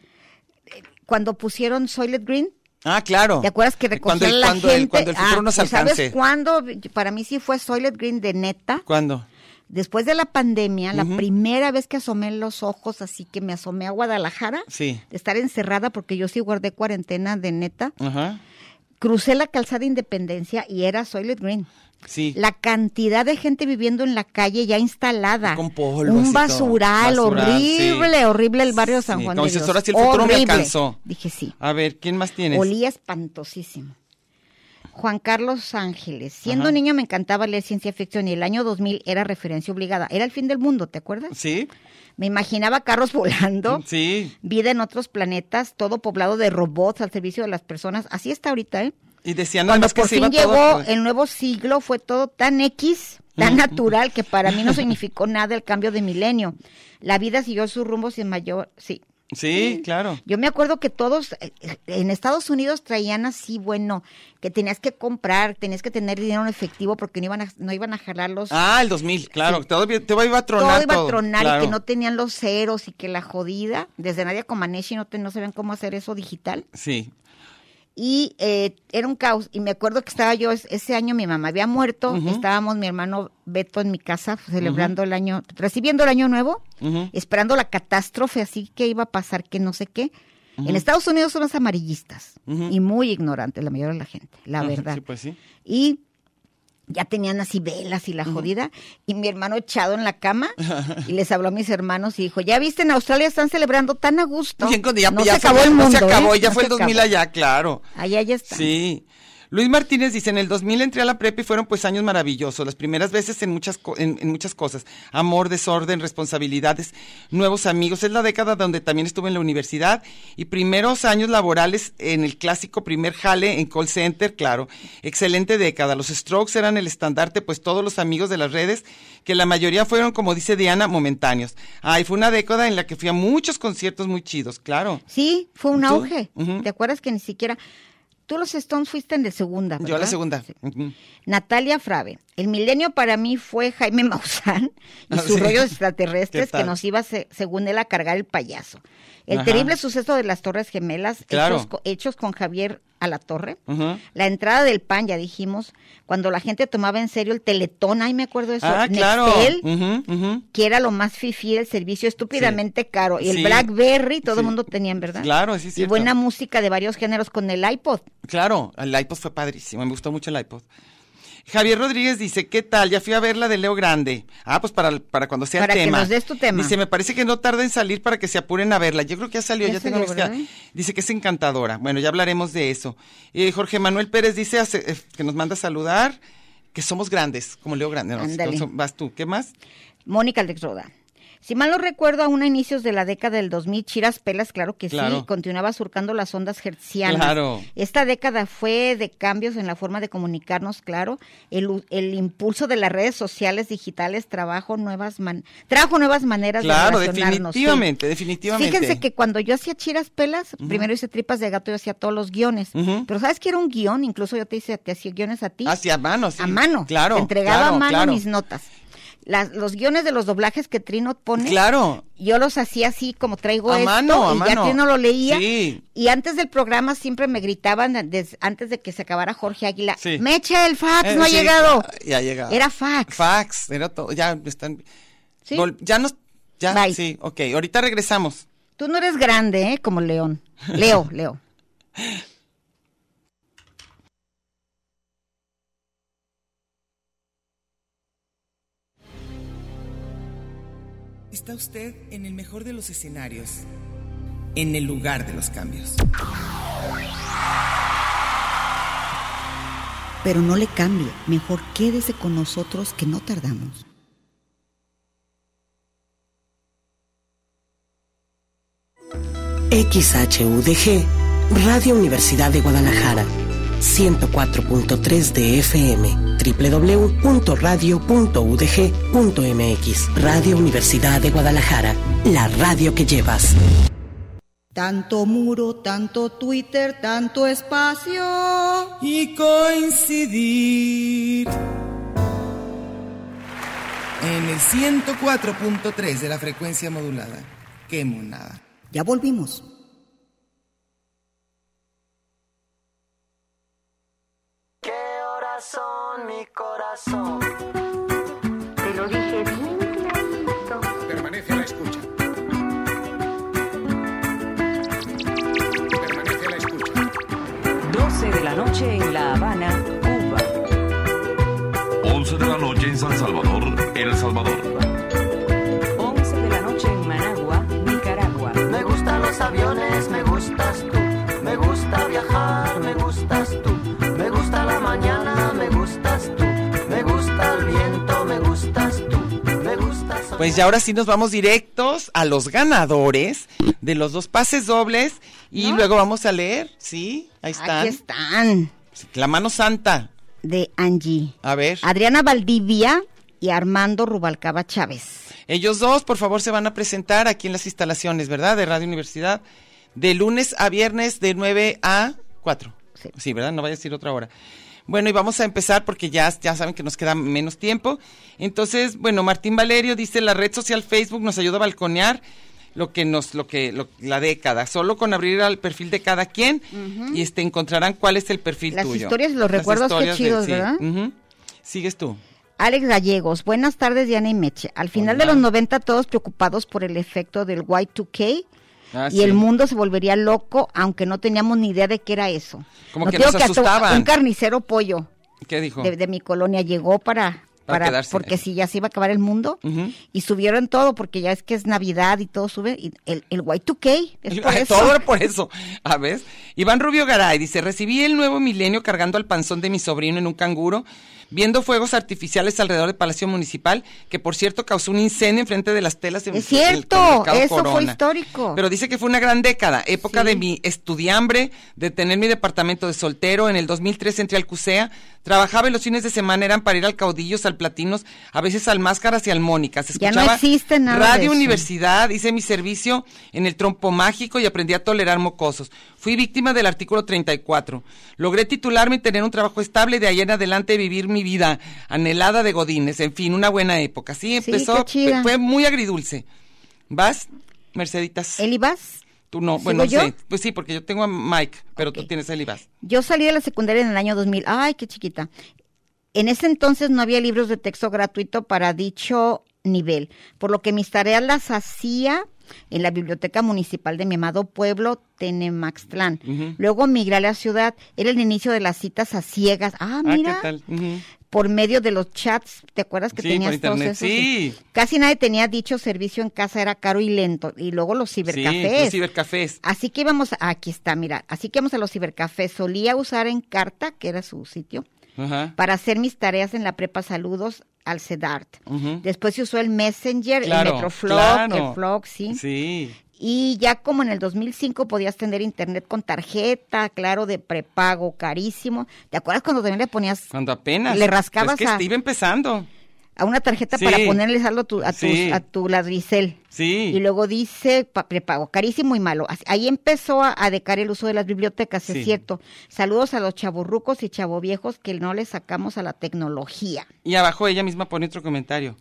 A: cuando pusieron Soylent Green,
D: Ah, claro.
A: ¿te acuerdas que recogían
D: cuando el,
A: la
D: cuando
A: gente?
D: El, cuando el futuro
A: Ah,
D: nos
A: pues,
D: alcance.
A: ¿Sabes cuándo? Para mí sí fue Soylent Green de neta.
D: ¿Cuándo?
A: Después de la pandemia,
D: Ujú.
A: la primera vez que asomé los ojos, así que me asomé a Guadalajara,
D: Sí.
A: de estar encerrada porque yo sí guardé cuarentena de neta,
D: Ajá.
A: crucé la calzada Independencia y era Soylent Green.
D: Sí.
A: La cantidad de gente viviendo en la calle ya instalada.
D: Con polvo, así
A: Un
D: todo.
A: basural,
D: Basural,
A: horrible,
D: sí.
A: horrible el barrio de San
D: Sí,
A: Juan
D: como
A: de
D: dices,
A: Dios.
D: ahora sí el futuro me
A: Horrible.
D: alcanzó.
A: Dije sí.
D: A ver, ¿quién más tienes?
A: Olía espantosísimo. Juan Carlos Ángeles. Siendo
D: Ajá.
A: niño me encantaba leer ciencia ficción y el año 2000 era referencia obligada. Era el fin del mundo, ¿te acuerdas?
D: Sí.
A: Me imaginaba carros volando,
D: Sí.
A: vida en otros planetas, todo poblado de robots al servicio de las personas. Así está ahorita, ¿eh?
D: Y decían nada
A: Cuando
D: más que
A: por
D: se iba
A: fin llegó
D: todo. pues.
A: el nuevo siglo fue todo tan X, tan natural, que para
D: <laughs>
A: mí no significó nada el cambio de milenio. La vida siguió su rumbo sin mayor... Sí.
D: Sí, claro.
A: Yo me acuerdo que todos eh, eh, en Estados Unidos traían así, bueno, que tenías que comprar, tenías que tener dinero en efectivo porque no iban a, no iban a jalar los...
D: Ah, el 2000, claro. Todo, bien- todo iba a
A: todo
D: tronar.
A: iba a tronar
D: claro.
A: y que no tenían los ceros y que la jodida, desde Nadia Comaneci no, te- no sabían cómo hacer eso digital.
D: Sí.
A: y eh, era un caos. Y me acuerdo que estaba yo, es- ese año mi mamá había muerto,
D: Ujú.
A: estábamos mi hermano Beto en mi casa pues, celebrando el año, recibiendo el año nuevo,
D: Ujú.
A: esperando la catástrofe, así que iba a pasar que no sé qué. En Estados Unidos son los amarillistas
D: Ujú.
A: y muy ignorantes la mayoría de la gente, la
D: Ujú,
A: verdad.
D: Sí, pues sí.
A: Y ya tenían así velas y la jodida. Y mi hermano echado en la
D: <laughs>
A: cama y les habló a mis hermanos y dijo, ya viste, en Australia están celebrando tan a gusto.
D: Bien, cuando ya,
A: no
D: ya
A: se acabó el mundo.
D: No se acabó,
A: ¿eh?
D: ya
A: No
D: fue
A: se
D: el 2000
A: acabó.
D: allá, claro.
A: Allá ya está.
D: Sí. Luis Martínez dice, en el 2000 entré a la prepa y fueron pues años maravillosos, las primeras veces en muchas, co- en, en muchas cosas, amor, desorden, responsabilidades, nuevos amigos, es la década donde también estuve en la universidad y primeros años laborales en el clásico primer jale en call center, claro, excelente década, los strokes eran el estandarte pues todos los amigos de las redes, que la mayoría fueron como dice Diana, momentáneos. Ay, fue una década en la que fui a muchos conciertos muy chidos, claro.
A: Sí, fue un
D: ¿Tú?
A: auge.
D: Ujú.
A: ¿Te acuerdas que ni siquiera... Tú los Stones fuiste en de segunda.
D: Yo a la
A: ¿verdad?
D: segunda.
A: Sí.
D: Ujú.
A: Natalia Frave. El milenio para mí fue Jaime <laughs> Maussan y
D: Ah,
A: sus
D: sí. <laughs>
A: rollos
D: ¿Qué
A: extraterrestres
D: tal?
A: que nos iba, se- según él, a cargar el payaso. El
D: Ajá.
A: terrible suceso de las Torres Gemelas,
D: Claro.
A: hechos, co- hechos con Javier a la torre.
D: Ujú.
A: La entrada del pan, ya dijimos, cuando la gente tomaba en serio el teletón, ahí me acuerdo de eso.
D: Ah, claro.
A: Nextel,
D: Ujú, ujú.
A: que era lo más fifi el servicio estúpidamente caro. Y el
D: Sí.
A: Blackberry, todo el
D: Sí.
A: mundo tenía, ¿verdad?
D: Claro, sí, es
A: Y
D: cierto.
A: buena música de varios géneros con el iPod.
D: Claro, el iPod fue padrísimo, me gustó mucho el iPod. Javier Rodríguez dice, ¿qué tal? Ya fui a ver la de Leo Grande. Ah, pues para, para cuando sea
A: Para
D: el
A: que
D: tema.
A: nos des tu tema.
D: Dice, me parece que no tarda en salir para que se apuren a verla. Yo creo que ya salió, ya,
A: Ya
D: tengo
A: salió,
D: mis-
A: ¿verdad?
D: Dice que es encantadora. Bueno, ya hablaremos de eso. Eh, Jorge Manuel Pérez dice hace- eh, que nos manda a saludar, que somos grandes, como Leo Grande. No,
A: Ándale.
D: Entonces, vas tú, ¿qué más?
A: Mónica Alex Roda. Si mal no recuerdo, aún a inicios de la década del 2000, Chiras Pelas, claro que
D: Claro.
A: sí, continuaba surcando las ondas hertzianas.
D: Claro.
A: Esta década fue de cambios en la forma de comunicarnos, claro. El, u- el impulso de las redes sociales digitales trabajo nuevas man- trajo nuevas maneras
D: Claro,
A: de relacionarnos. sí.
D: definitivamente, definitivamente.
A: Fíjense que cuando yo hacía chiras pelas, primero hice tripas de gato, yo hacía todos los guiones.
D: Ujú.
A: Pero ¿sabes que era un guión? Incluso yo te hice, te hacía guiones a ti.
D: Hacia mano, Ah, sí.
A: A mano.
D: Claro.
A: Te entregaba
D: claro,
A: a mano
D: claro.
A: mis notas. Las- los guiones de los doblajes que Trino pone.
D: Claro.
A: Yo los hacía así como traigo
D: A
A: esto
D: mano, a
A: y ya
D: mano.
A: Trino lo leía.
D: Sí.
A: Y antes del programa siempre me gritaban des- antes de que se acabara Jorge Águila,
D: Sí.
A: "Meche, el fax
D: Eh,
A: no ha
D: sí,
A: llegado."
D: Ya ha llegado.
A: Era fax.
D: Fax, era todo. Ya están.
A: Sí.
D: Vol- ya nos. Ya,
A: Bye.
D: sí, ok. Ahorita regresamos.
A: Tú no eres grande, ¿eh? Como
D: <laughs>
A: León. Leo, Leo.
G: Está usted en el mejor de los escenarios, en el lugar de los cambios.
F: Pero no le cambie, mejor quédese con nosotros que no tardamos.
E: XHUDG, Radio Universidad de Guadalajara, 104.3 de FM, www.radio.udg.mx, Radio Universidad de Guadalajara, la radio que llevas.
F: Tanto muro, tanto Twitter, tanto espacio.
G: Y coincidir. En el 104.3 de la frecuencia modulada. Qué monada.
F: Ya volvimos.
H: Permanece a la escucha. Permanece a la escucha.
I: 12 de la noche en La Habana, Cuba.
J: 11 de la noche en San Salvador, El Salvador.
I: 11 de la noche en Managua, Nicaragua.
E: Me gustan los aviones, me gustas tú. Me gusta viajar, me gustas tú. Me gusta la mañana, me gustas tú. Me gusta el viento, me gustas tú. Me gusta
D: Pues ya ahora sí nos vamos directos a los ganadores de los dos pases dobles y luego vamos a leer. Sí, ahí están.
A: Aquí están.
D: La mano santa.
A: De Angie.
D: A ver.
A: Adriana Valdivia y Armando Rubalcaba Chávez.
D: Ellos dos, por favor, se van a presentar aquí en las instalaciones, ¿verdad? De Radio Universidad. De lunes a viernes, de 9 a 4.
A: Sí.
D: Sí, ¿verdad? No vaya a decir otra hora. Bueno, y vamos a empezar porque ya, ya saben que nos queda menos tiempo. Entonces, bueno, Martín Valerio dice, la red social Facebook nos ayuda a balconear lo que nos, lo que, lo- la década, solo con abrir al perfil de cada quien y este encontrarán cuál es el perfil
A: Las
D: tuyo.
A: historias y los recuerdos, qué
D: historias de-
A: chidos,
D: sí.
A: ¿verdad?
D: Ujú. Sigues tú.
A: Alex Gallegos, buenas tardes Diana y Meche. Al final de
D: Hola.
A: los 90 todos preocupados por el efecto del Y2K
D: Ah,
A: y
D: sí.
A: el mundo se volvería loco aunque no teníamos ni idea de qué era eso.
D: Como
A: No
D: que
A: te digo
D: nos
A: hasta
D: asustaban.
A: Un carnicero pollo
D: ¿Qué dijo?
A: de, de mi colonia llegó para...
D: Para
A: Para,
D: quedarse.
A: porque si ya se iba a acabar el mundo
D: Ujú.
A: y subieron todo porque ya es que es Navidad y todo sube y el, el Y2K es por
D: Ay,
A: eso.
D: <laughs> Todo era por eso. A ver. Iván Rubio Garay dice, recibí el nuevo milenio cargando al panzón de mi sobrino en un canguro, viendo fuegos artificiales alrededor del Palacio Municipal, que por cierto causó un incendio enfrente de las telas. en-
A: Es
D: del
A: cierto,
D: supermercado
A: eso fue histórico.
D: Pero dice que fue una gran década, época
A: Sí.
D: de mi estudiambre, de tener mi departamento de soltero. En el 2003 entré al CUSEA, trabajaba y los fines de semana eran para ir al Caudillos, al Platinos, a veces al Máscaras y al Mónicas.
A: Ya no
D: Escuchaba
A: existe nada de
D: Radio
A: eso.
D: Universidad universidad, hice mi servicio en el trompo mágico y aprendí a tolerar mocosos. Fui víctima del artículo 34. Logré titularme y tener un trabajo estable y de ahí en adelante vivir mi vida anhelada de godines. En fin, una buena época. Sí,
A: Sí,
D: empezó,
A: qué chida.
D: fe- fue muy agridulce. ¿Vas, Merceditas?
A: Eli Vaz,
D: Tú no,
A: ¿sigo
D: bueno, no
A: yo?
D: sé. Pues sí, porque yo tengo a Mike, pero
A: Ok.
D: tú tienes a Elibas.
A: Yo salí de la secundaria en el año 2000. Ay, qué chiquita. En ese entonces no había libros de texto gratuito para dicho nivel, por lo que mis tareas las hacía en la biblioteca municipal de mi amado pueblo Tenemaxtlán.
D: Ujú.
A: Luego migré a la ciudad. Era el inicio de las citas a ciegas. Ah, mira.
D: Ah, ¿qué tal? Ujú.
A: Por medio de los chats, ¿te acuerdas que
D: Sí,
A: tenías
D: por internet,
A: todos esos?
D: sí.
A: Casi nadie tenía dicho servicio en casa, era caro y lento. Y luego los
D: Sí,
A: cibercafés.
D: los cibercafés.
A: Así que íbamos, a- aquí está, mira, así que íbamos a los cibercafés. Solía usar Encarta, que era su sitio,
D: Ajá.
A: para hacer mis tareas en la prepa. Saludos al CEDART.
D: Ujú.
A: Después se usó el Messenger,
D: Claro,
A: el Metroflog,
D: claro.
A: el Flog, sí.
D: Sí.
A: Y ya como en el 2005 podías tener internet con tarjeta, claro, de prepago, carísimo. ¿Te acuerdas cuando también le ponías
D: Cuando apenas.
A: Le rascabas
D: Es que
A: a-
D: iba empezando.
A: a una tarjeta
D: Sí.
A: para ponerle saldo a tu, a, tus-
D: Sí.
A: a tu ladricel?
D: Sí.
A: Y luego dice pa- prepago, carísimo y malo. Así- Ahí empezó a, a decaer el uso de las bibliotecas,
D: Sí.
A: es cierto. Saludos a los chavorrucos y chavoviejos que no le sacamos a la tecnología.
D: Y abajo ella misma pone otro comentario.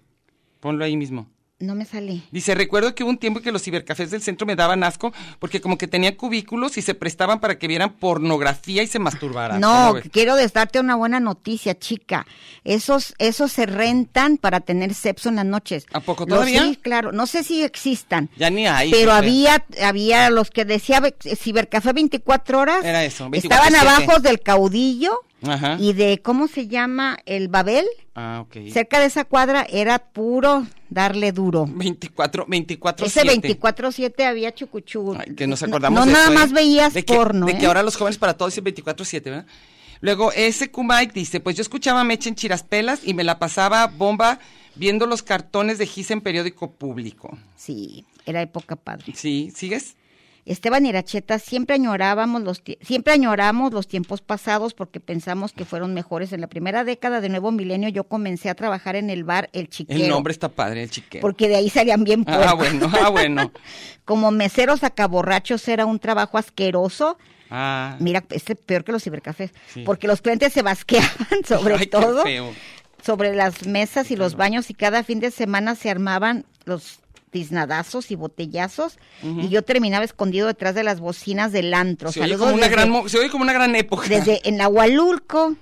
D: Ponlo ahí mismo.
A: No me sale.
D: Dice, recuerdo que hubo un tiempo que los cibercafés del centro me daban asco porque como que tenían cubículos y se prestaban para que vieran pornografía y se masturbaran.
A: No,
D: ¿Cómo ves?
A: quiero des- darte una buena noticia, chica. Esos, esos se rentan para tener sexo en las noches. ¿A poco
D: todavía?
A: sí, claro. No sé si existan.
D: Ya ni hay.
A: pero
D: yo creo.
A: había, había los que decía ve- cibercafé 24 horas.
D: Era eso, Ah.
A: Estaban
D: 24/7.
A: abajo del caudillo
D: Ajá.
A: y de, ¿cómo se llama? El Babel.
D: Ah, ok.
A: Cerca de esa cuadra era puro darle duro.
D: 24, 24,
A: Ese
D: 7.
A: 24-7 había chucuchú.
D: que nos acordamos
A: No,
D: de
A: nada
D: eso, ¿eh?
A: más veías
D: de que,
A: porno.
D: De
A: ¿eh?
D: que ahora los jóvenes para todos es 24-7, ¿verdad? Luego, ese Kumike dice, pues yo escuchaba Meche en Chiraspelas y me la pasaba bomba viendo los cartones de Gisa en periódico público.
A: Sí, era época padre.
D: Sí, ¿sigues?
A: Esteban Iracheta, siempre añorábamos los tie- siempre añoramos los tiempos pasados porque pensamos que fueron mejores. En la primera década de nuevo milenio yo comencé a trabajar en el bar El Chiquero.
D: El nombre está padre, el chiquero.
A: Porque de ahí salían bien
D: Ah,
A: puercos.
D: bueno, ah, bueno.
A: <laughs> Como meseros sacaborrachos era un trabajo asqueroso.
D: Ah.
A: Mira, este peor que los cibercafés,
D: Sí.
A: porque los clientes se basqueaban <laughs> sobre
D: Ay, qué
A: todo
D: feo.
A: sobre las mesas y los baños y cada fin de semana se armaban los tiznadazos y botellazos
D: Ujú.
A: y yo terminaba escondido detrás de las bocinas del antro.
D: Se oye,
A: Saludos
D: como una
A: desde-
D: gran, mo- se oye como una gran época.
A: desde en Agualulco,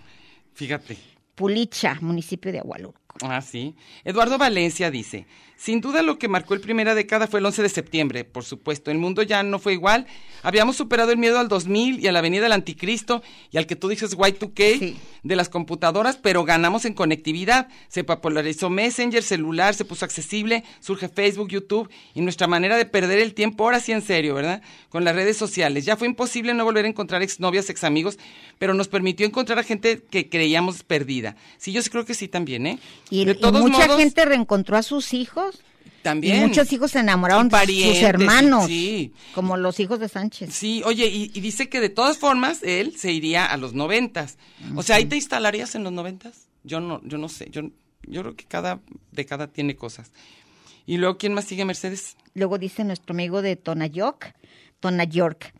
D: Fíjate.
A: Pulicha, municipio de Agualulco.
D: Ah, sí. Eduardo Valencia dice, sin duda lo que marcó el primera década fue el 11 de septiembre, por supuesto, el mundo ya no fue igual, habíamos superado el miedo al 2000 y a la venida del anticristo y al que tú dices Y2K de las computadoras, pero ganamos en conectividad, se popularizó Messenger, celular, se puso accesible, surge Facebook, YouTube y nuestra manera de perder el tiempo ahora sí en serio, ¿verdad? Con las redes sociales. Ya fue imposible no volver a encontrar exnovias, examigos, pero nos permitió encontrar a gente que creíamos perdida. Sí, yo sí creo que sí también, ¿eh?
A: Y,
D: de
A: y
D: todos
A: mucha
D: modos,
A: gente reencontró a sus hijos
D: también.
A: y muchos hijos se enamoraron
D: Y
A: de
D: parientes,
A: sus hermanos,
D: Sí.
A: como los hijos de Sánchez.
D: Sí, oye, y, y dice que de todas formas él se iría a los noventas. O sea, ¿ahí te instalarías en los noventas? Yo no, yo no sé. Yo, yo creo que cada década tiene cosas. Y luego, ¿quién más sigue, Mercedes?
A: Luego dice nuestro amigo de Tonayoc, Tonayork,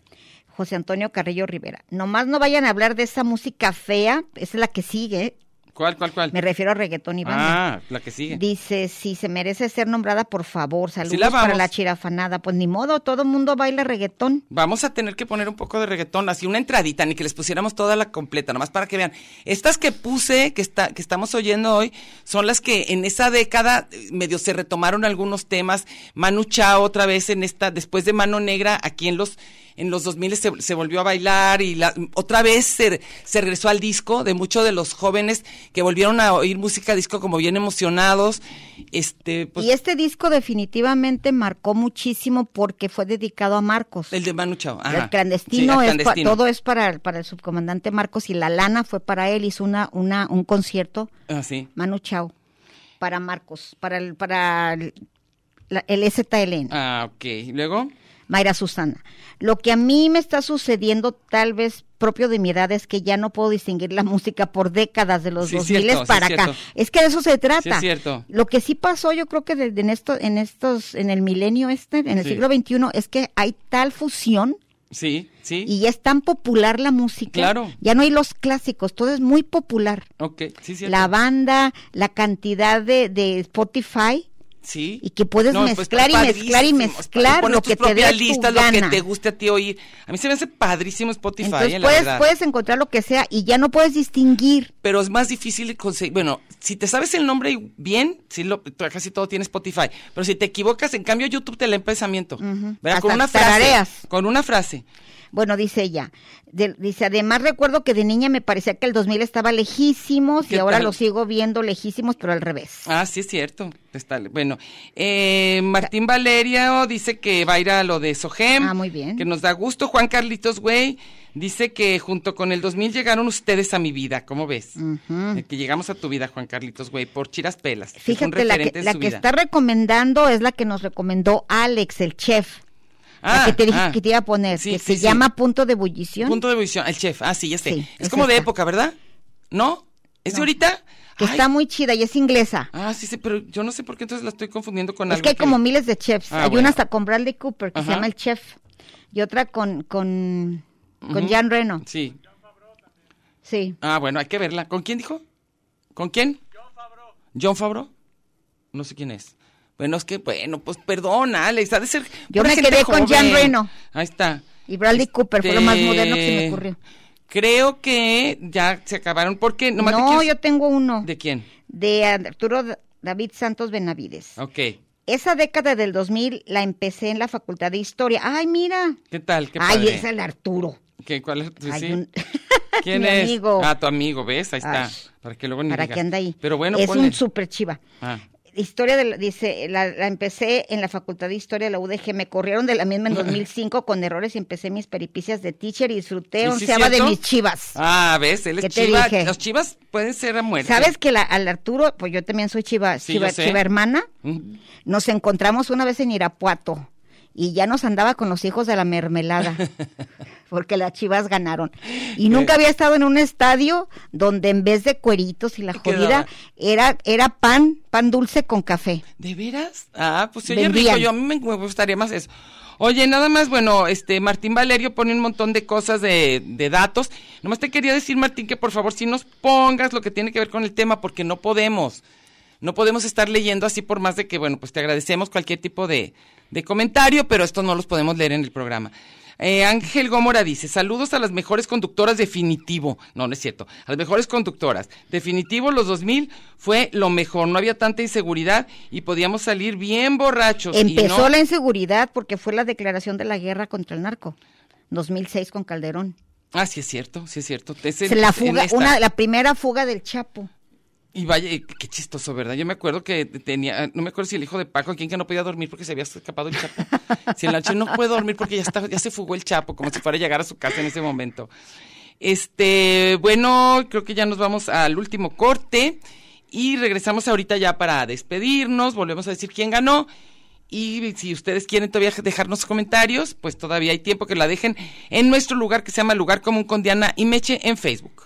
A: José Antonio Carrillo Rivera. Nomás no vayan a hablar de esa música fea, esa es la que sigue.
D: ¿Cuál, cuál, cuál?
A: Me refiero a reggaetón y banda.
D: Ah, la que sigue.
A: Dice, si se merece ser nombrada, por favor, saludos
D: la vamos.
A: para la chirafanada. Pues ni modo, todo el mundo baila reggaetón.
D: Vamos a tener que poner un poco de reggaetón, así una entradita, ni que les pusiéramos toda la completa, nomás para que vean. Estas que puse, que, está, que estamos oyendo hoy, son las que en esa década eh, medio se retomaron algunos temas. Manu Chao otra vez en esta, después de Mano Negra, aquí en los, en los 2000 se, se volvió a bailar y la- otra vez se, se regresó al disco de muchos de los jóvenes que volvieron a oír música disco como bien emocionados. Este, pues,
A: y este disco definitivamente marcó muchísimo porque fue dedicado a Marcos.
D: el de Manu Chao. ajá.
A: El clandestino,
D: Sí, el
A: es pa-
D: clandestino.
A: todo es para, para el subcomandante Marcos y la lana fue para él, hizo una, una, un concierto
D: Ah, sí.
A: Manu Chao para Marcos, para el, para el, la- el STLN.
D: Ah, ok. Luego.
A: Mayra Susana. Lo que a mí me está sucediendo, tal vez propio de mi edad, es que ya no puedo distinguir la música por décadas de los
D: Sí,
A: 2000
D: cierto, sí,
A: para acá.
D: cierto.
A: Es que de eso se trata.
D: Sí, es cierto.
A: Lo que sí pasó, yo creo que desde en esto, en estos, en el milenio este, en el
D: Sí.
A: siglo XXI, es que hay tal fusión
D: Sí, sí.
A: y ya es tan popular la música.
D: Claro.
A: Ya no hay los clásicos, todo es muy popular.
D: Ok, sí, cierto.
A: La banda, la cantidad de, de Spotify
D: Sí.
A: y que puedes
D: No, pues,
A: mezclar y
D: está
A: mezclar y
D: padrísimo, está-
A: mezclar
D: pones
A: lo
D: tus
A: que te dé
D: propias
A: tu
D: listas, lo
A: gana.
D: que te guste a ti oír. A mí se me hace padrísimo Spotify,
A: Entonces
D: eh, la
A: puedes,
D: verdad.
A: puedes encontrar lo que sea y ya no puedes distinguir.
D: Pero es más difícil conseguir. Bueno, si te sabes el nombre y- bien, sí lo, t- casi todo tiene Spotify. Pero si te equivocas, en cambio, YouTube te lee el pensamiento. ¿verdad? Con
A: Hasta
D: una frase.
A: tarareas.
D: Con una frase.
A: Bueno, dice ella. de- dice, además recuerdo que de niña me parecía que el 2000 estaba lejísimos y
D: ¿Qué
A: ahora
D: tal?
A: lo sigo viendo lejísimos, pero al revés.
D: Ah, sí, es cierto. Está, bueno, eh, Martín Valeria dice que va a ir a lo de Sogem.
A: Ah, muy bien.
D: Que nos da gusto. Juan Carlitos Güey dice que junto con el 2000 llegaron ustedes a mi vida. ¿Cómo ves?
A: Ujú.
D: Eh, Que llegamos a tu vida, Juan Carlitos Güey, por Chiras Pelas. que fue un
A: Fíjate, la que,
D: referente de
A: la
D: su
A: que
D: vida.
A: está recomendando es la que nos recomendó Alex, el chef.
D: Ah,
A: la que te dije
D: ah.
A: que te iba a poner,
D: Sí,
A: que
D: sí,
A: se
D: sí.
A: llama Punto de Ebullición.
D: Punto de ebullición, el chef. Ah, sí, ya sé.
A: Sí,
D: es
A: es
D: como de
A: esta.
D: época, ¿verdad? ¿No? ¿Es de
A: No.
D: ahorita?
A: Que
D: Ay,
A: está muy chida y es inglesa.
D: Ah, sí, sí, pero yo no sé por qué entonces la estoy confundiendo con
A: Es
D: algo
A: que hay como miles de chefs.
D: Ah,
A: hay
D: bueno.
A: una hasta con Bradley Cooper que
D: Ajá.
A: se llama El Chef y otra con con, con
D: Ujú.
A: Jan Reno.
D: Sí.
A: Sí.
D: Ah, bueno, hay que verla. ¿Con quién dijo? ¿Con quién? John Favreau. ¿John Favreau? No sé quién es.
G: Bueno, es que, bueno, pues perdona, Alex, ha de ser.
A: Yo
G: pura
A: me
G: gente
A: quedé con Jan
G: joven.
A: Reno.
G: Ahí está.
A: Y Bradley Cooper fue lo más moderno que se me
G: Este,
A: ocurrió.
G: Creo que ya se acabaron, porque nomás te
A: No,
G: quieres-
A: yo tengo uno
G: ¿De quién?
A: de Arturo D- David Santos Benavides.
G: Ok.
A: Esa década del 2000 la empecé en la Facultad de Historia. Ay, mira.
G: ¿Qué tal? ¿Qué
A: Ay,
G: padre.
A: es el Arturo.
G: ¿Qué, ¿Cuál es? tu-
A: Hay
G: sí?
A: un-
G: ¿Quién
A: <laughs> mi
G: es?
A: amigo.
G: Ah, tu amigo, ¿ves? Ahí está.
A: Ay,
G: para que luego ni
A: ¿Para
G: digas.
A: qué anda ahí?
G: Pero bueno,
A: es
G: ponle.
A: un súper chiva.
G: Ah.
A: Historia de la- dice, la, la empecé en la Facultad de Historia de la UDG, me corrieron de la misma en 2005 con errores y empecé mis peripicias de teacher y
G: ¿Y sí
A: disfruté
G: es
A: onceava de
G: cierto?
A: mis chivas.
G: Ah, ¿ves? Él
A: ¿Qué
G: es
A: te
G: chiva.
A: dije?
G: Los chivas pueden ser a muerte.
A: ¿Sabes que la- al Arturo, pues yo también soy chiva,
G: Sí,
A: chiva,
G: yo sé.
A: chiva hermana,
G: Mm.
A: nos encontramos una vez en Irapuato y ya nos andaba con los hijos de
G: <laughs>
A: la mermelada. Porque las chivas ganaron. Y nunca había estado en un estadio donde en vez de cueritos y la
G: ¿Qué
A: jodida,
G: daba?
A: era, era pan, pan dulce con café.
G: ¿De veras? Ah, pues se oye rico.
A: Vendían.
G: Yo a mí me me gustaría más eso. Oye, nada más, bueno, este Martín Valerio pone un montón de cosas de, de datos. Nomás te quería decir, Martín, que por favor si nos pongas lo que tiene que ver con el tema, porque no podemos. No podemos estar leyendo así por más de que, bueno, pues te agradecemos cualquier tipo de, de comentario, pero estos no los podemos leer en el programa. Eh, Ángel Gómora dice, saludos a las mejores conductoras definitivo. No, no es cierto. A las mejores conductoras. Definitivo, los 2000 fue lo mejor. No había tanta inseguridad y podíamos salir bien borrachos. y
A: Empezó
G: no-
A: la inseguridad porque fue la declaración de la guerra contra el narco, 2006 con Calderón.
G: Ah, sí es cierto, sí es cierto. Es en-
A: Se la
G: en
A: fuga,
G: esta.
A: una, la primera fuga del Chapo.
G: Y vaya, eh, qué chistoso, ¿verdad? Yo me acuerdo que tenía, no me acuerdo si el hijo de Paco, quien que no podía dormir porque se había escapado el Chapo. si en la noche no puede dormir porque ya, está, ya se fugó el Chapo, como si fuera a llegar a su casa en ese momento. Este, bueno, creo que ya nos vamos al último corte y regresamos ahorita ya para despedirnos, volvemos a decir quién ganó. Y si ustedes quieren todavía dejarnos comentarios, pues todavía hay tiempo que la dejen en nuestro lugar que se llama Lugar Común con Diana y Meche en Facebook.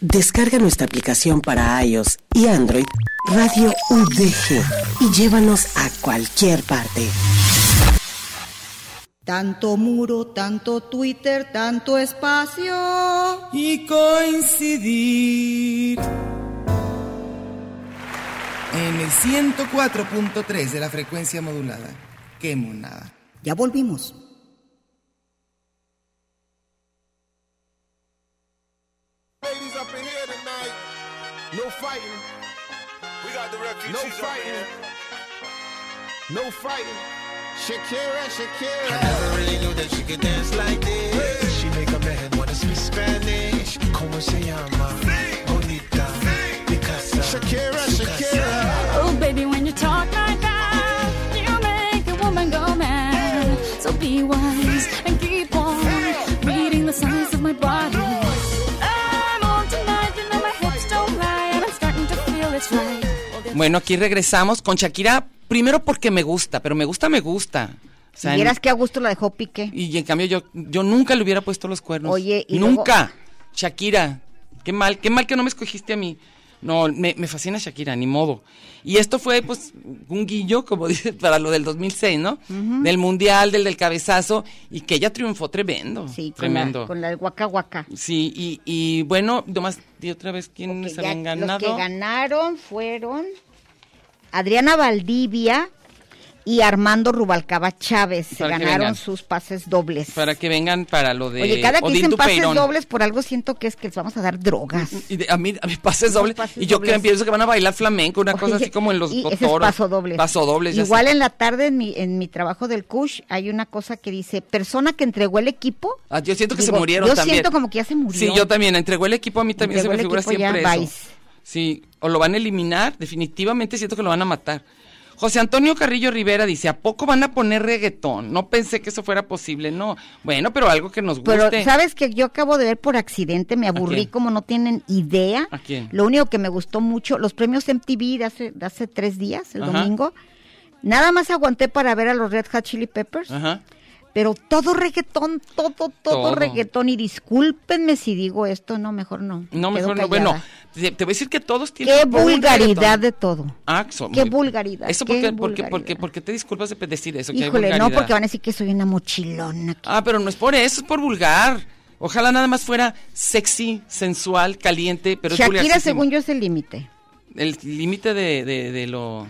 E: Descarga nuestra aplicación para iOS y Android, Radio UDG, y llévanos a cualquier parte.
K: Tanto muro, tanto Twitter, tanto espacio.
L: Y coincidir. En el 104.3 de la frecuencia modulada. Qué monada.
K: Ya volvimos.
D: Ladies up in here tonight. No fighting. We got the refugees. No fighting. No fighting. Shakira, Shakira. I never really knew that she could dance like this. She make a man wanna speak Spanish. Como se llama? Bonita. Picasa. Shakira, Shakira.
C: Oh, baby, when you talk like that, you make a woman go mad. So be wise and keep on reading the signs of my body. I'm on tonight, you know my hips don't lie, and I'm starting to feel it's right.
G: Bueno, aquí regresamos con Shakira, primero porque me gusta, pero me gusta, me gusta. O
A: Si
G: sea,
A: vieras
G: en-
A: que a gusto la dejó pique.
G: Y en cambio yo, yo nunca le hubiera puesto los cuernos.
A: Oye, y
G: Nunca. Shakira, qué mal, qué mal que no me escogiste a mí. No, me, me fascina Shakira, ni modo. Y esto fue, pues, un guillo, como <laughs> dices, para lo del 2006, ¿no?
A: Ujú.
G: Del Mundial, del del cabezazo, y que ella triunfó tremendo.
A: Sí, con la,
G: tremendo.
A: con la del Waka Waka.
G: Sí, y, y bueno, nomás, di otra vez quiénes
A: Ya
G: habían
A: Los que
G: ganado.
A: ganaron fueron Adriana Valdivia y Armando Rubalcaba Chávez. Se
G: Para que
A: ganaron
G: vengan.
A: sus pases dobles.
G: Para que vengan para lo de
A: Oye, cada que
G: Odín
A: dicen pases
G: Dupeirón.
A: dobles, por algo siento que es que les vamos a dar drogas.
G: Y de- a mí, a mí pases doble.
A: pases
G: y yo que
A: dobles.
G: pienso que van a bailar flamenco, una cosa así como en los
A: Y ese es
G: cotoros.
A: paso doble.
G: Paso doble, ya
A: Igual
G: sé.
A: en la tarde en mi, en mi trabajo del CUSH hay una cosa que dice, persona que entregó el equipo.
G: Ah, yo siento que
A: Digo,
G: se murieron
A: yo
G: también.
A: siento como que ya se murió.
G: Sí, yo también. Entregó el equipo, a mí también
A: Entregó
G: se me
A: el
G: figura
A: equipo ya,
G: siempre eso.
A: vais.
G: Sí, o lo van a eliminar, definitivamente siento que lo van a matar.
D: José Antonio Carrillo Rivera dice, ¿a poco van a poner reggaetón? No pensé que eso fuera posible, no. Bueno, pero algo que nos Pues guste.
A: Pero sabes que yo acabo de ver por accidente, me aburrí
D: quién?
A: como no tienen idea.
D: ¿A quién?
A: Lo único que me gustó mucho, los premios MTV de hace, de hace tres días, el
D: Ajá.
A: domingo. Nada más aguanté para ver a los Red Hot Chili Peppers.
D: Ajá.
A: Pero todo reggaetón, todo, todo,
D: Todo.
A: reggaetón. Y discúlpenme si digo esto, no, mejor no.
D: No,
A: me quedo
D: mejor
A: callada.
D: no. Bueno, te, te voy a decir que todos tienen...
A: Qué
D: un
A: vulgaridad
D: reggaetón.
A: de todo.
D: Ah, so-
A: Qué
D: muy-
A: vulgaridad.
D: Eso
A: qué
D: porque, porque,
A: vulgaridad.
D: porque, porque te disculpas de decir eso. Que hay
A: Híjole, no,
D: vulgaridad.
A: porque van a decir que soy una mochilona.
D: Ah, pero no es por eso, es por vulgar. Ojalá nada más fuera sexy, sensual, caliente, pero es
A: Shakira,
D: vulgarísimo.
A: según yo, es el límite.
D: El límite de, de, de lo...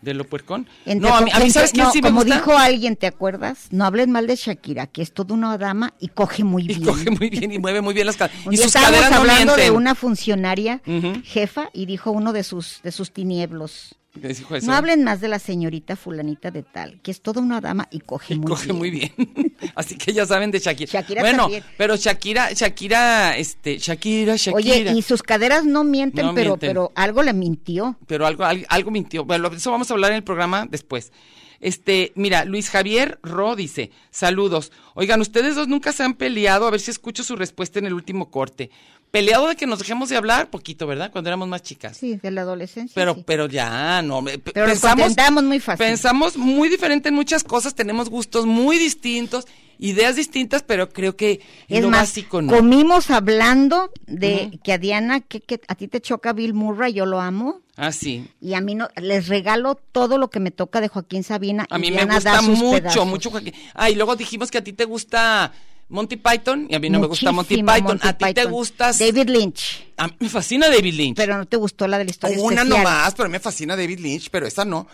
D: De lo puercón. <laughs>
A: Entre
D: no, a mí, a mí,
A: co-
D: ¿sabes
A: entre-
D: quién
A: no,
D: sí me
A: como
D: gusta?
A: dijo alguien, ¿te acuerdas? No hables mal de Shakira, que es toda una dama y coge muy bien.
D: Coge muy bien y mueve muy bien las caderas.
A: Un
D: Y
A: día
D: sus
A: estábamos
D: caderas no
A: hablando de
D: mienten.
A: una funcionaria
D: Ujú.
A: jefa y dijo uno de sus de sus tinieblos.
D: ¿Qué dijo eso?
A: No hablen más de la señorita fulanita de tal, que es toda una dama y coge muy
D: <laughs> Coge
A: bien.
D: muy bien. <laughs> Así que ya saben de Shakira.
A: Shakira
D: bueno,
A: también.
D: pero Shakira, Shakira, este, Shakira, Shakira.
A: Oye, y sus caderas no mienten,
D: No
A: pero
D: mienten.
A: pero algo le mintió.
D: Pero algo, al- algo mintió. Bueno, eso vamos a hablar en el programa después. Este, mira, Luis Javier Ro dice, saludos. Oigan, ustedes dos nunca se han peleado, a ver si escucho su respuesta en el último corte. Peleado de que nos dejemos de hablar, poquito, ¿verdad? Cuando éramos más chicas.
A: Sí, de la adolescencia.
D: Pero,
A: sí.
D: pero ya, no. me-
A: Pero nos contentamos muy fácil.
D: Pensamos muy diferente en muchas cosas, tenemos gustos muy distintos, ideas distintas, pero creo que
A: Es
D: lo
A: más,
D: básico no.
A: comimos hablando de
D: Ujú.
A: que a Diana, que, que a ti te choca Bill Murray, yo lo amo.
D: Ah, sí.
A: Y a mí no, les regalo todo lo que me toca de Joaquín Sabina.
D: A
A: y
D: mí
A: Diana
D: me
A: da
D: gusta
A: sus
D: mucho,
A: pedazos.
D: mucho Joaquín. Ah, y luego dijimos que a ti te gusta Monty Python y a mí no
A: Muchísimo
D: me gusta Monty Python.
A: Monty
D: a ti te
A: Python.
D: gustas.
A: David Lynch,
D: A mí me fascina David Lynch.
A: pero no te gustó la de la historia
D: una
A: especial.
D: nomás, pero me fascina David Lynch, pero esa no.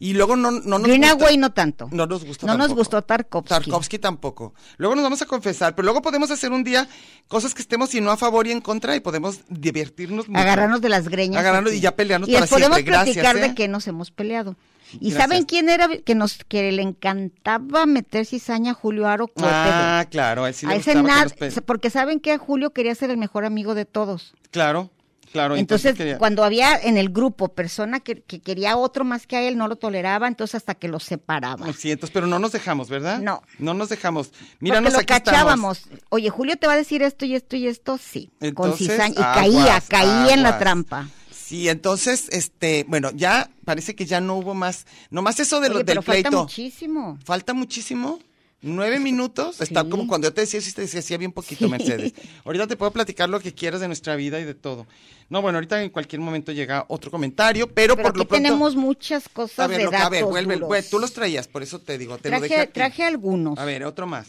D: Y luego no, no nos
A: Greenaway
D: gusta.
A: no tanto.
D: No nos gusta
A: No nos
D: tampoco.
A: gustó Tarkovsky.
D: Tarkovsky tampoco. Luego nos vamos a confesar, pero luego podemos hacer un día cosas que estemos y no a favor y en contra y podemos divertirnos mucho.
A: Agarrarnos de las greñas.
D: Agarrarnos
A: así.
D: y ya pelearnos
A: Y
D: para
A: les podemos
D: siempre. Gracias,
A: platicar
D: ¿eh?
A: de que nos hemos peleado. ¿Y
D: Gracias.
A: saben quién era que nos que le encantaba meter cizaña a Julio Aro? Cohete
D: Ah,
A: de-
D: claro, a él sí le
A: a ese
D: gustaba que
A: nada-
D: nos pe-
A: porque saben que Julio quería ser el mejor amigo de todos.
D: Claro, claro.
A: Entonces,
D: quería-
A: cuando había en el grupo persona que, que quería otro más que a él, no lo toleraba, entonces hasta que lo separaba.
D: Lo siento, pero no nos dejamos, ¿verdad?
A: No.
D: No nos dejamos.
A: Porque
D: Míranos
A: lo
D: aquí
A: cachábamos.
D: estamos.
A: Oye, Julio te va a decir esto y esto y esto, sí. con
D: Entonces,
A: cizaña. Y
D: aguas,
A: caía, caía en la
D: aguas.
A: trampa.
D: Sí, entonces, este, bueno, ya parece que ya no hubo más, nomás eso de lo,
A: Oye,
D: del
A: pero
D: pleito.
A: falta muchísimo.
D: Falta muchísimo. Nueve minutos. Está como cuando yo te decía, sí te decía bien poquito,
A: Sí.
D: Mercedes. Ahorita te puedo platicar lo que quieras de nuestra vida y de todo. No, bueno, ahorita en cualquier momento llega otro comentario,
A: Pero
D: pero, por
A: aquí
D: lo pronto.
A: tenemos muchas cosas
D: a ver,
A: de
D: lo que- a ver,
A: datos
D: vuelve,
A: duros.
D: güey, tú los traías, por eso te digo, te lo dejé.
A: traje,
D: aquí.
A: traje algunos.
D: A ver, otro más.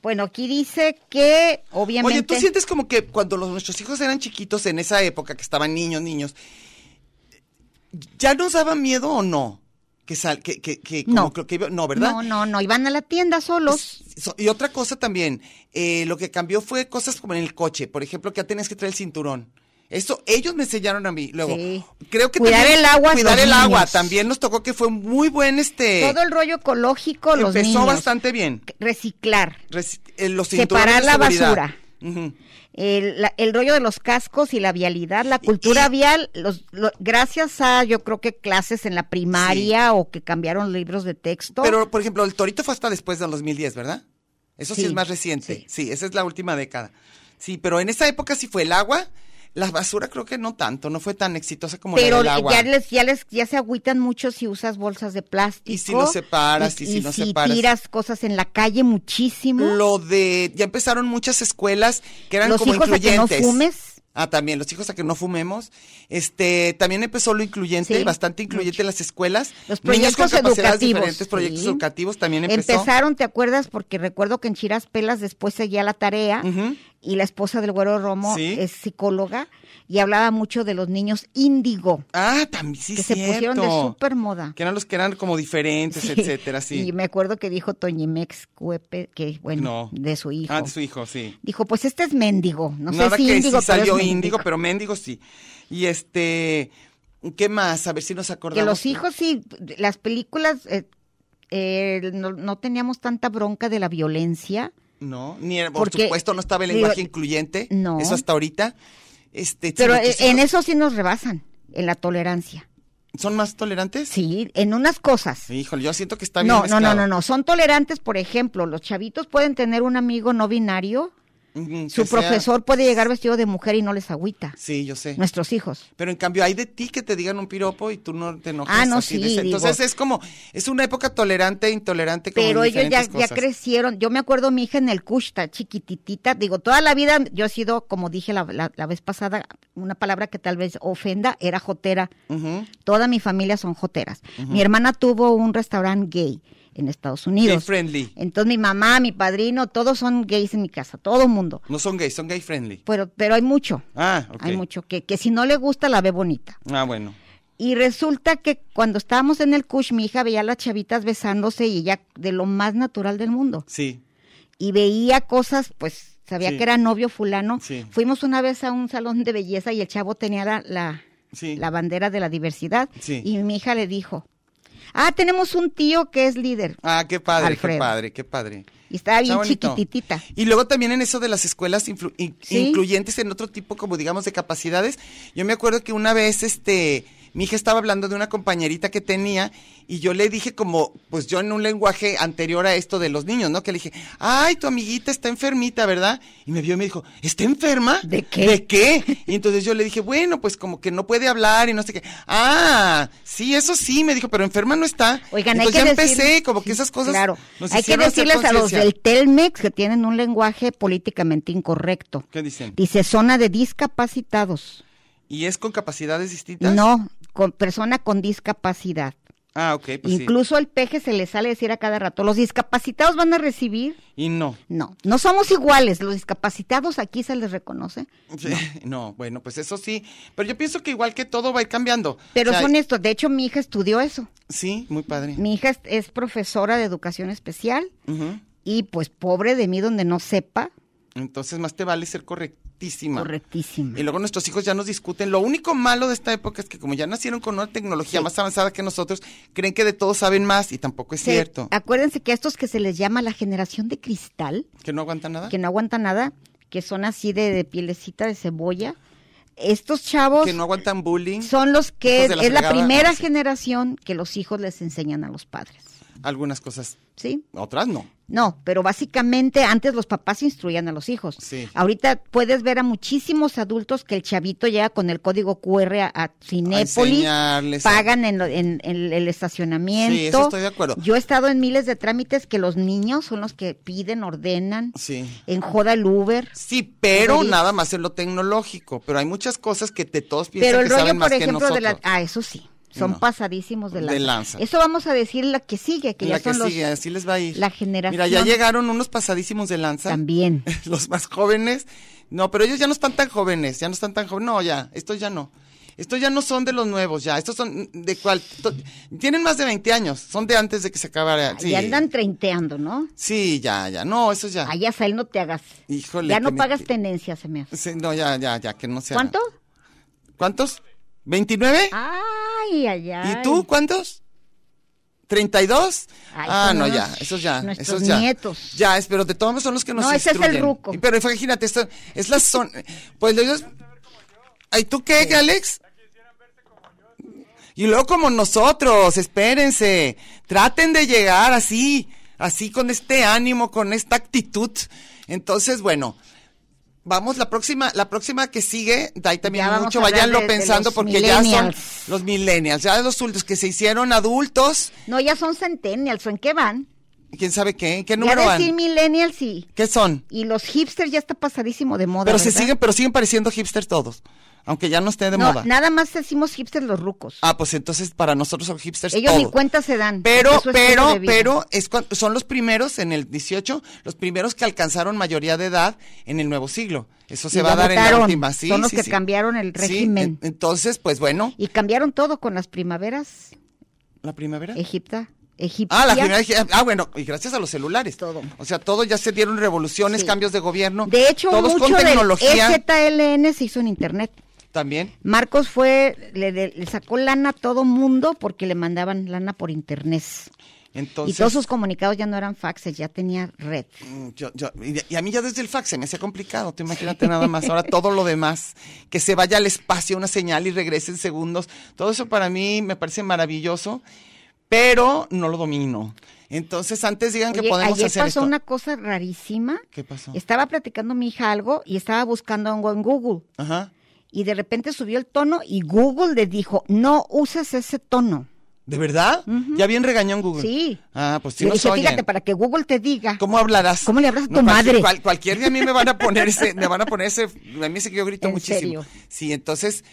A: Bueno, aquí dice que obviamente...
D: Oye, ¿tú sientes como que cuando los, nuestros hijos eran chiquitos en esa época, que estaban niños, niños, ¿ya nos daba miedo o no? Que sal, que, que, que, como
A: No.
D: creo que iba- no, ¿verdad?
A: No, no, no, iban a la tienda solos.
D: So- y otra cosa también, eh, lo que cambió fue cosas como en el coche, por ejemplo, que ya tenías que traer el cinturón. Eso ellos me enseñaron a mí. Luego,
A: Sí.
D: creo que
A: Cuidar
D: también-
A: el agua,
D: Cuidar
A: los
D: el agua.
A: niños.
D: También nos tocó que fue muy buen este.
A: Todo el rollo ecológico, los
D: empezó
A: niños.
D: bastante bien.
A: Reciclar.
D: Reci- eh, los cinturones
A: Separar
D: de
A: la
D: seguridad.
A: basura.
D: Ujú.
A: El, la- el rollo de los cascos y la vialidad, la cultura vial, los, lo- gracias a yo creo que clases en la primaria o que cambiaron libros de texto.
D: Pero, por ejemplo, el Torito fue hasta después del 2010, ¿verdad? Eso sí,
A: Sí,
D: es más reciente. Sí. esa es la última década. Sí, pero en esa época sí fue el agua. La basura creo que no tanto, no fue tan exitosa como la
A: pero
D: del agua.
A: ya les, ya les, ya se agüitan mucho si usas bolsas de plástico.
D: Y si lo separas, y si no separas.
A: tiras cosas en la calle muchísimo.
D: Lo de, ya empezaron muchas escuelas que eran
A: Los
D: como
A: hijos a que no
D: incluyentes.
A: fumes.
D: Ah, también, los hijos a que no fumemos. Este, también empezó lo incluyente,
A: Sí,
D: bastante incluyente en las escuelas.
A: Los
D: Niños con
A: proyectos
D: capacidades
A: educativos,
D: diferentes, proyectos
A: sí.
D: educativos también empezó.
A: Empezaron, ¿te acuerdas? Porque recuerdo que en Chiras Pelas después seguía la tarea y la esposa del güero Romo
D: Sí.
A: es psicóloga y hablaba mucho de los niños índigo.
D: Ah, también sí
A: que
D: es
A: se pusieron de
D: cierto.
A: súper moda.
D: Que eran los que eran como diferentes, etcétera, sí.
A: Y me acuerdo que dijo Toñimex Cuepe, que bueno,
D: No.
A: de su hijo.
D: Ah, de su hijo, sí.
A: Dijo, pues este es mendigo. No
D: Nada
A: sé si
D: que
A: índigo,
D: sí
A: pero es
D: salió
A: mendigo.
D: índigo, pero mendigo sí. Y este, ¿qué más? A ver si nos
A: Que
D: acordamos.
A: los hijos sí, las películas, eh, eh, no, no teníamos tanta bronca de la violencia.
D: No, ni era- por
A: Porque,
D: supuesto no estaba el
A: digo,
D: lenguaje incluyente.
A: no.
D: Eso hasta ahorita. Este, sí,
A: Pero eh,
D: muchísimos-
A: en eso sí nos rebasan, en la tolerancia.
D: ¿Son más tolerantes?
A: Sí, en unas cosas.
D: Híjole, yo siento que está bien
A: No, no, no,
D: mezclado.
A: no, no. Son tolerantes, por ejemplo, los chavitos pueden tener un amigo no binario.
D: Mm,
A: Su
D: que sea-
A: profesor puede llegar vestido de mujer y no les agüita.
D: Sí, yo sé.
A: Nuestros hijos.
D: Pero en cambio hay de ti que te digan un piropo y tú no te enojas.
A: Ah, no,
D: así de
A: sí,
D: ser.
A: digo-
D: Entonces es como, es una época tolerante e intolerante como
A: Pero
D: en
A: ellos ya,
D: diferentes
A: ya
D: cosas.
A: crecieron. Yo me acuerdo mi hija en el Kushta, chiquititita. Digo, toda la vida yo he sido, como dije la, la- la vez pasada, una palabra que tal vez ofenda, era jotera. Toda mi familia son joteras.
D: Ujú.
A: Mi hermana tuvo un restaurante gay en Estados Unidos.
D: Gay friendly.
A: Entonces mi mamá, mi padrino, todos son gays en mi casa, todo mundo.
D: No son gays, son gay friendly.
A: Pero, pero hay mucho,
D: Ah, ok.
A: hay mucho, que, que si no le gusta la ve bonita.
D: Ah, bueno.
A: Y resulta que cuando estábamos en el Kush, mi hija veía a las chavitas besándose y ella de lo más natural del mundo.
D: Sí.
A: Y veía cosas, pues sabía
D: Sí.
A: que era novio fulano.
D: Sí.
A: Fuimos una vez a un salón de belleza y el chavo tenía la, la, la bandera de la diversidad.
D: Sí.
A: Y mi hija le dijo, ah, tenemos un tío que es líder.
D: Ah, qué padre, qué
A: Alfredo.
D: padre, qué padre.
A: Y estaba
D: Está
A: bien
D: bonito.
A: chiquititita.
D: Y luego también en eso de las escuelas influ- in-
A: Sí.
D: incluyentes en otro tipo, como digamos, de capacidades. Yo me acuerdo que una vez, este, mi hija estaba hablando de una compañerita que tenía y yo le dije como, pues yo en un lenguaje anterior a esto de los niños, ¿no? Que le dije, ay, tu amiguita está enfermita, ¿verdad? Y me vio y me dijo, ¿está enferma? ¿De qué? ¿De qué? Y entonces yo le dije, bueno, pues como que no puede hablar y no sé qué. Ah, sí, eso sí, me dijo, pero enferma no está.
A: Oigan, hay
D: entonces
A: que
D: ya
A: decir-
D: empecé, como que esas cosas.
A: Claro,
D: nos
A: hay que
D: hicieron hacer
A: decirles a los
D: conciencia.
A: del Telmex que tienen un lenguaje políticamente incorrecto.
D: ¿Qué dicen?
A: Dice zona de discapacitados.
D: ¿Y es con capacidades distintas?
A: No, con persona con discapacidad.
D: Ah, ok, pues
A: Incluso el peje se le sale decir a cada rato, los discapacitados van a recibir.
D: sí. Y no.
A: No, no somos iguales, los discapacitados aquí se les reconoce.
D: <laughs> No. bueno, pues eso sí. Pero yo pienso que igual que todo va a ir cambiando.
A: Pero
D: O sea,
A: son estos, de hecho mi hija estudió eso.
D: Sí, muy padre.
A: Mi hija es, es profesora de educación especial
D: Ujú.
A: y pues pobre de mí donde no sepa,
D: Entonces más te vale ser correctísima.
A: Correctísima.
D: Y luego nuestros hijos ya nos discuten. Lo único malo de esta época es que como ya nacieron con una tecnología más avanzada que nosotros, creen que de todo saben más y tampoco es
A: Se-
D: cierto.
A: Acuérdense que a estos que se les llama la generación de cristal,
D: Que no aguantan nada.
A: que no aguantan nada, que son así de, de pielecita de cebolla, estos chavos
D: Que no aguantan bullying.
A: son los que
D: hijos
A: es
D: de la
A: la
D: fregada.
A: primera
D: Sí.
A: generación que los hijos les enseñan a los padres,
D: Algunas cosas.
A: ¿sí?
D: Otras no.
A: No, pero básicamente antes los papás instruían a los hijos.
D: Sí.
A: Ahorita puedes ver a muchísimos adultos que el chavito llega con el código QR a, a Cinépolis,
D: enseñarles a-
A: pagan en, lo- en- en el estacionamiento.
D: Sí, eso estoy de acuerdo.
A: Yo he estado en miles de trámites que los niños son los que piden, ordenan,
D: Sí.
A: enjoda el Uber.
D: Sí, pero
A: Uber Eats.
D: nada más en lo tecnológico. Pero hay muchas cosas que de todos piensan
A: Pero el
D: que
A: rollo,
D: saben más
A: por
D: que
A: ejemplo,
D: nosotros.
A: de la... Ah, eso sí, son
D: No.
A: pasadísimos de
D: De
A: lanza.
D: lanza.
A: Eso vamos a decir la que sigue, ah, que
D: la
A: ya son
D: que
A: los...
D: sigue, así les va a ir.
A: La generación...
D: Mira, ya llegaron unos pasadísimos de lanza.
A: También.
D: <laughs> Los más jóvenes. No, pero ellos ya no están tan jóvenes, ya no están tan jóvenes. No, ya, estos ya no. Estos ya no son de los nuevos, ya. Estos son mm, de cuál. to- Tienen más de 20 años, son de antes de que se acabara. Sí,
A: Ya andan treinteando, ¿no?
D: sí ya, ya. No, esos ya.
A: Ay, ya, Sael, no te hagas.
D: Híjole.
A: ya
D: que
A: no
D: me-
A: pagas tenencia, se me hace.
D: Sí, no, ya, ya, ya, que no sea.
A: ¿Cuánto?
D: ¿Cuántos? ¿29?
A: Ay, ay, ay.
D: ¿Y tú cuántos? ¿32?
A: Ay,
D: ah,
A: son
D: no,
A: unos-
D: ya, esos ya,
A: nuestros
D: esos ya.
A: nietos.
D: Ya, es, pero de todos modos son los que nos
A: No, ese es el
D: instruyen.
A: ruco.
D: Y- Pero imagínate, esto, es la zona, pues ellos... Ay, ¿tú qué, Alex? Y luego como nosotros, espérense, traten de llegar así, así con este ánimo, con esta actitud. Entonces, bueno, vamos la próxima, la próxima que sigue, da ahí también
A: Ya vamos
D: mucho,
A: a hablar
D: váyanlo
A: de- de
D: pensando
A: los
D: porque ya son
A: millennials.
D: los millennials, ya los adultos que se hicieron adultos,
A: No, ya son centennials, ¿o ¿en qué van?
D: quién sabe qué, ¿en qué
A: Ya
D: número
A: decir
D: van,
A: millennials y,
D: qué son,
A: y los hipsters ya está pasadísimo de moda.
D: pero se
A: ¿verdad?
D: siguen, pero siguen pareciendo hipsters todos, aunque ya no esté de
A: no,
D: moda.
A: Nada más decimos hipsters los rucos.
D: Ah, pues entonces para nosotros son hipsters
A: Ellos
D: todos.
A: ni cuenta se dan. porque
D: Pero,
A: es su estilo
D: pero,
A: de vida.
D: pero, es cuan- son los primeros en el 18, los primeros que alcanzaron mayoría de edad en el nuevo siglo. Eso se
A: Y
D: va
A: ya
D: a dar en la
A: votaron,
D: última, sí.
A: son los
D: sí,
A: que
D: sí.
A: cambiaron el
D: Sí,
A: régimen.
D: en- entonces, pues bueno,
A: Y cambiaron todo con las primaveras.
D: la primavera.
A: Egipta. Egipcia.
D: Ah, la primera. Ah, bueno, y gracias a los celulares.
A: Todo.
D: O sea, todo ya se dieron revoluciones, cambios de gobierno.
A: De hecho,
D: todos
A: mucho
D: con
A: del E
D: tecnología
A: EZLN se hizo en internet.
D: también.
A: Marcos fue, le, le- le sacó lana a todo mundo porque le mandaban lana por internet.
D: Entonces-
A: y todos sus comunicados ya no eran faxes, ya tenía red.
D: Mm, yo- yo- y, y a mí ya desde el fax se me hacía complicado, tú imagínate nada más. Ahora todo lo demás, que se vaya al espacio una señal y regrese en segundos, todo eso para mí me parece maravilloso, pero no lo domino. Entonces antes digan que
A: Oye,
D: podemos
A: ayer
D: hacer
A: pasó
D: esto.
A: una cosa rarísima.
D: ¿Qué pasó?
A: Estaba platicando mi hija algo y estaba buscando algo en Google. Y de repente subió el tono y Google le dijo, no uses ese tono.
D: ¿De verdad? Ya bien regañón Google.
A: Sí.
D: Ah, pues sí
A: Le
D: nos
A: dije,
D: oyen.
A: fíjate, para que Google te diga.
D: ¿Cómo hablarás?
A: ¿Cómo le hablas a tu
D: No, cualquier-
A: madre?
D: cual- cualquier día a mí me van a poner ese, me van a poner ese, a mí ese que yo grito
A: ¿En
D: muchísimo.
A: serio?
D: Sí, entonces,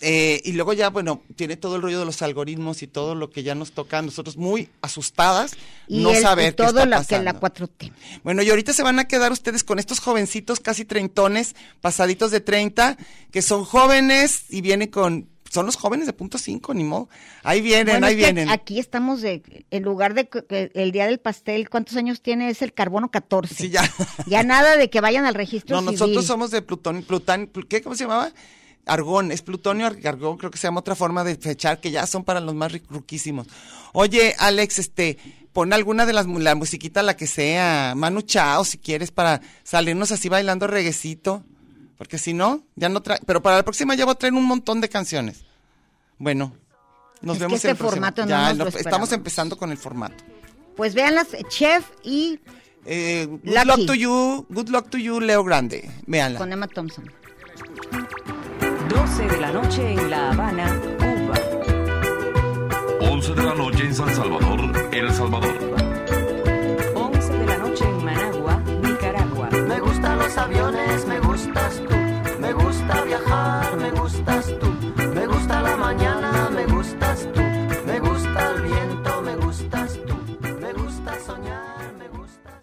D: eh, y luego ya, bueno, tiene todo el rollo de los algoritmos y todo lo que ya nos toca a nosotros muy asustadas,
A: Y
D: no
A: el- y
D: saber qué
A: todo
D: está
A: lo que
D: pasando.
A: la 4T.
D: Bueno, y ahorita se van a quedar ustedes con estos jovencitos casi treintones, pasaditos de 30, que son jóvenes y vienen con, son los jóvenes de punto cinco, ni modo. Ahí vienen,
A: Bueno,
D: ahí
A: es que
D: vienen.
A: Aquí estamos de, en lugar de que- que el día del pastel, ¿cuántos años tiene? Es el carbono 14.
D: ya.
A: <laughs> Ya nada de que vayan al registro
D: No,
A: civil.
D: nosotros somos de Plutón, Plután, Plu- ¿qué? ¿Cómo se llamaba? Argón, es plutonio ar- argón, creo que se llama otra forma de fechar, que ya son para los más ri- ruquísimos. Oye, Alex, este, pon alguna de las, mu- la musiquita, la que sea, Manu Chao, si quieres, para salirnos así bailando reguecito, porque si no, ya no trae, pero para la próxima ya voy a traer un montón de canciones. Bueno, nos
A: Es que
D: vemos
A: este
D: en el próximo.
A: formato no
D: Ya,
A: nos lo
D: no,
A: esperábamos.
D: estamos empezando con el formato.
A: Pues vean las Chef y
D: Eh, good
A: Lucky.
D: luck to you, good luck to you, Leo Grande. Véanla.
A: con Emma Thompson.
I: 12 de la noche en La Habana, Cuba.
J: 11 de la noche en San Salvador, El Salvador.
I: 11 de la noche en Managua, Nicaragua.
E: Me gustan los aviones, me gustas tú. Me gusta viajar, me gustas tú. Me gusta la mañana, me gustas tú. Me gusta el viento, me gustas tú. Me gusta soñar, me gusta.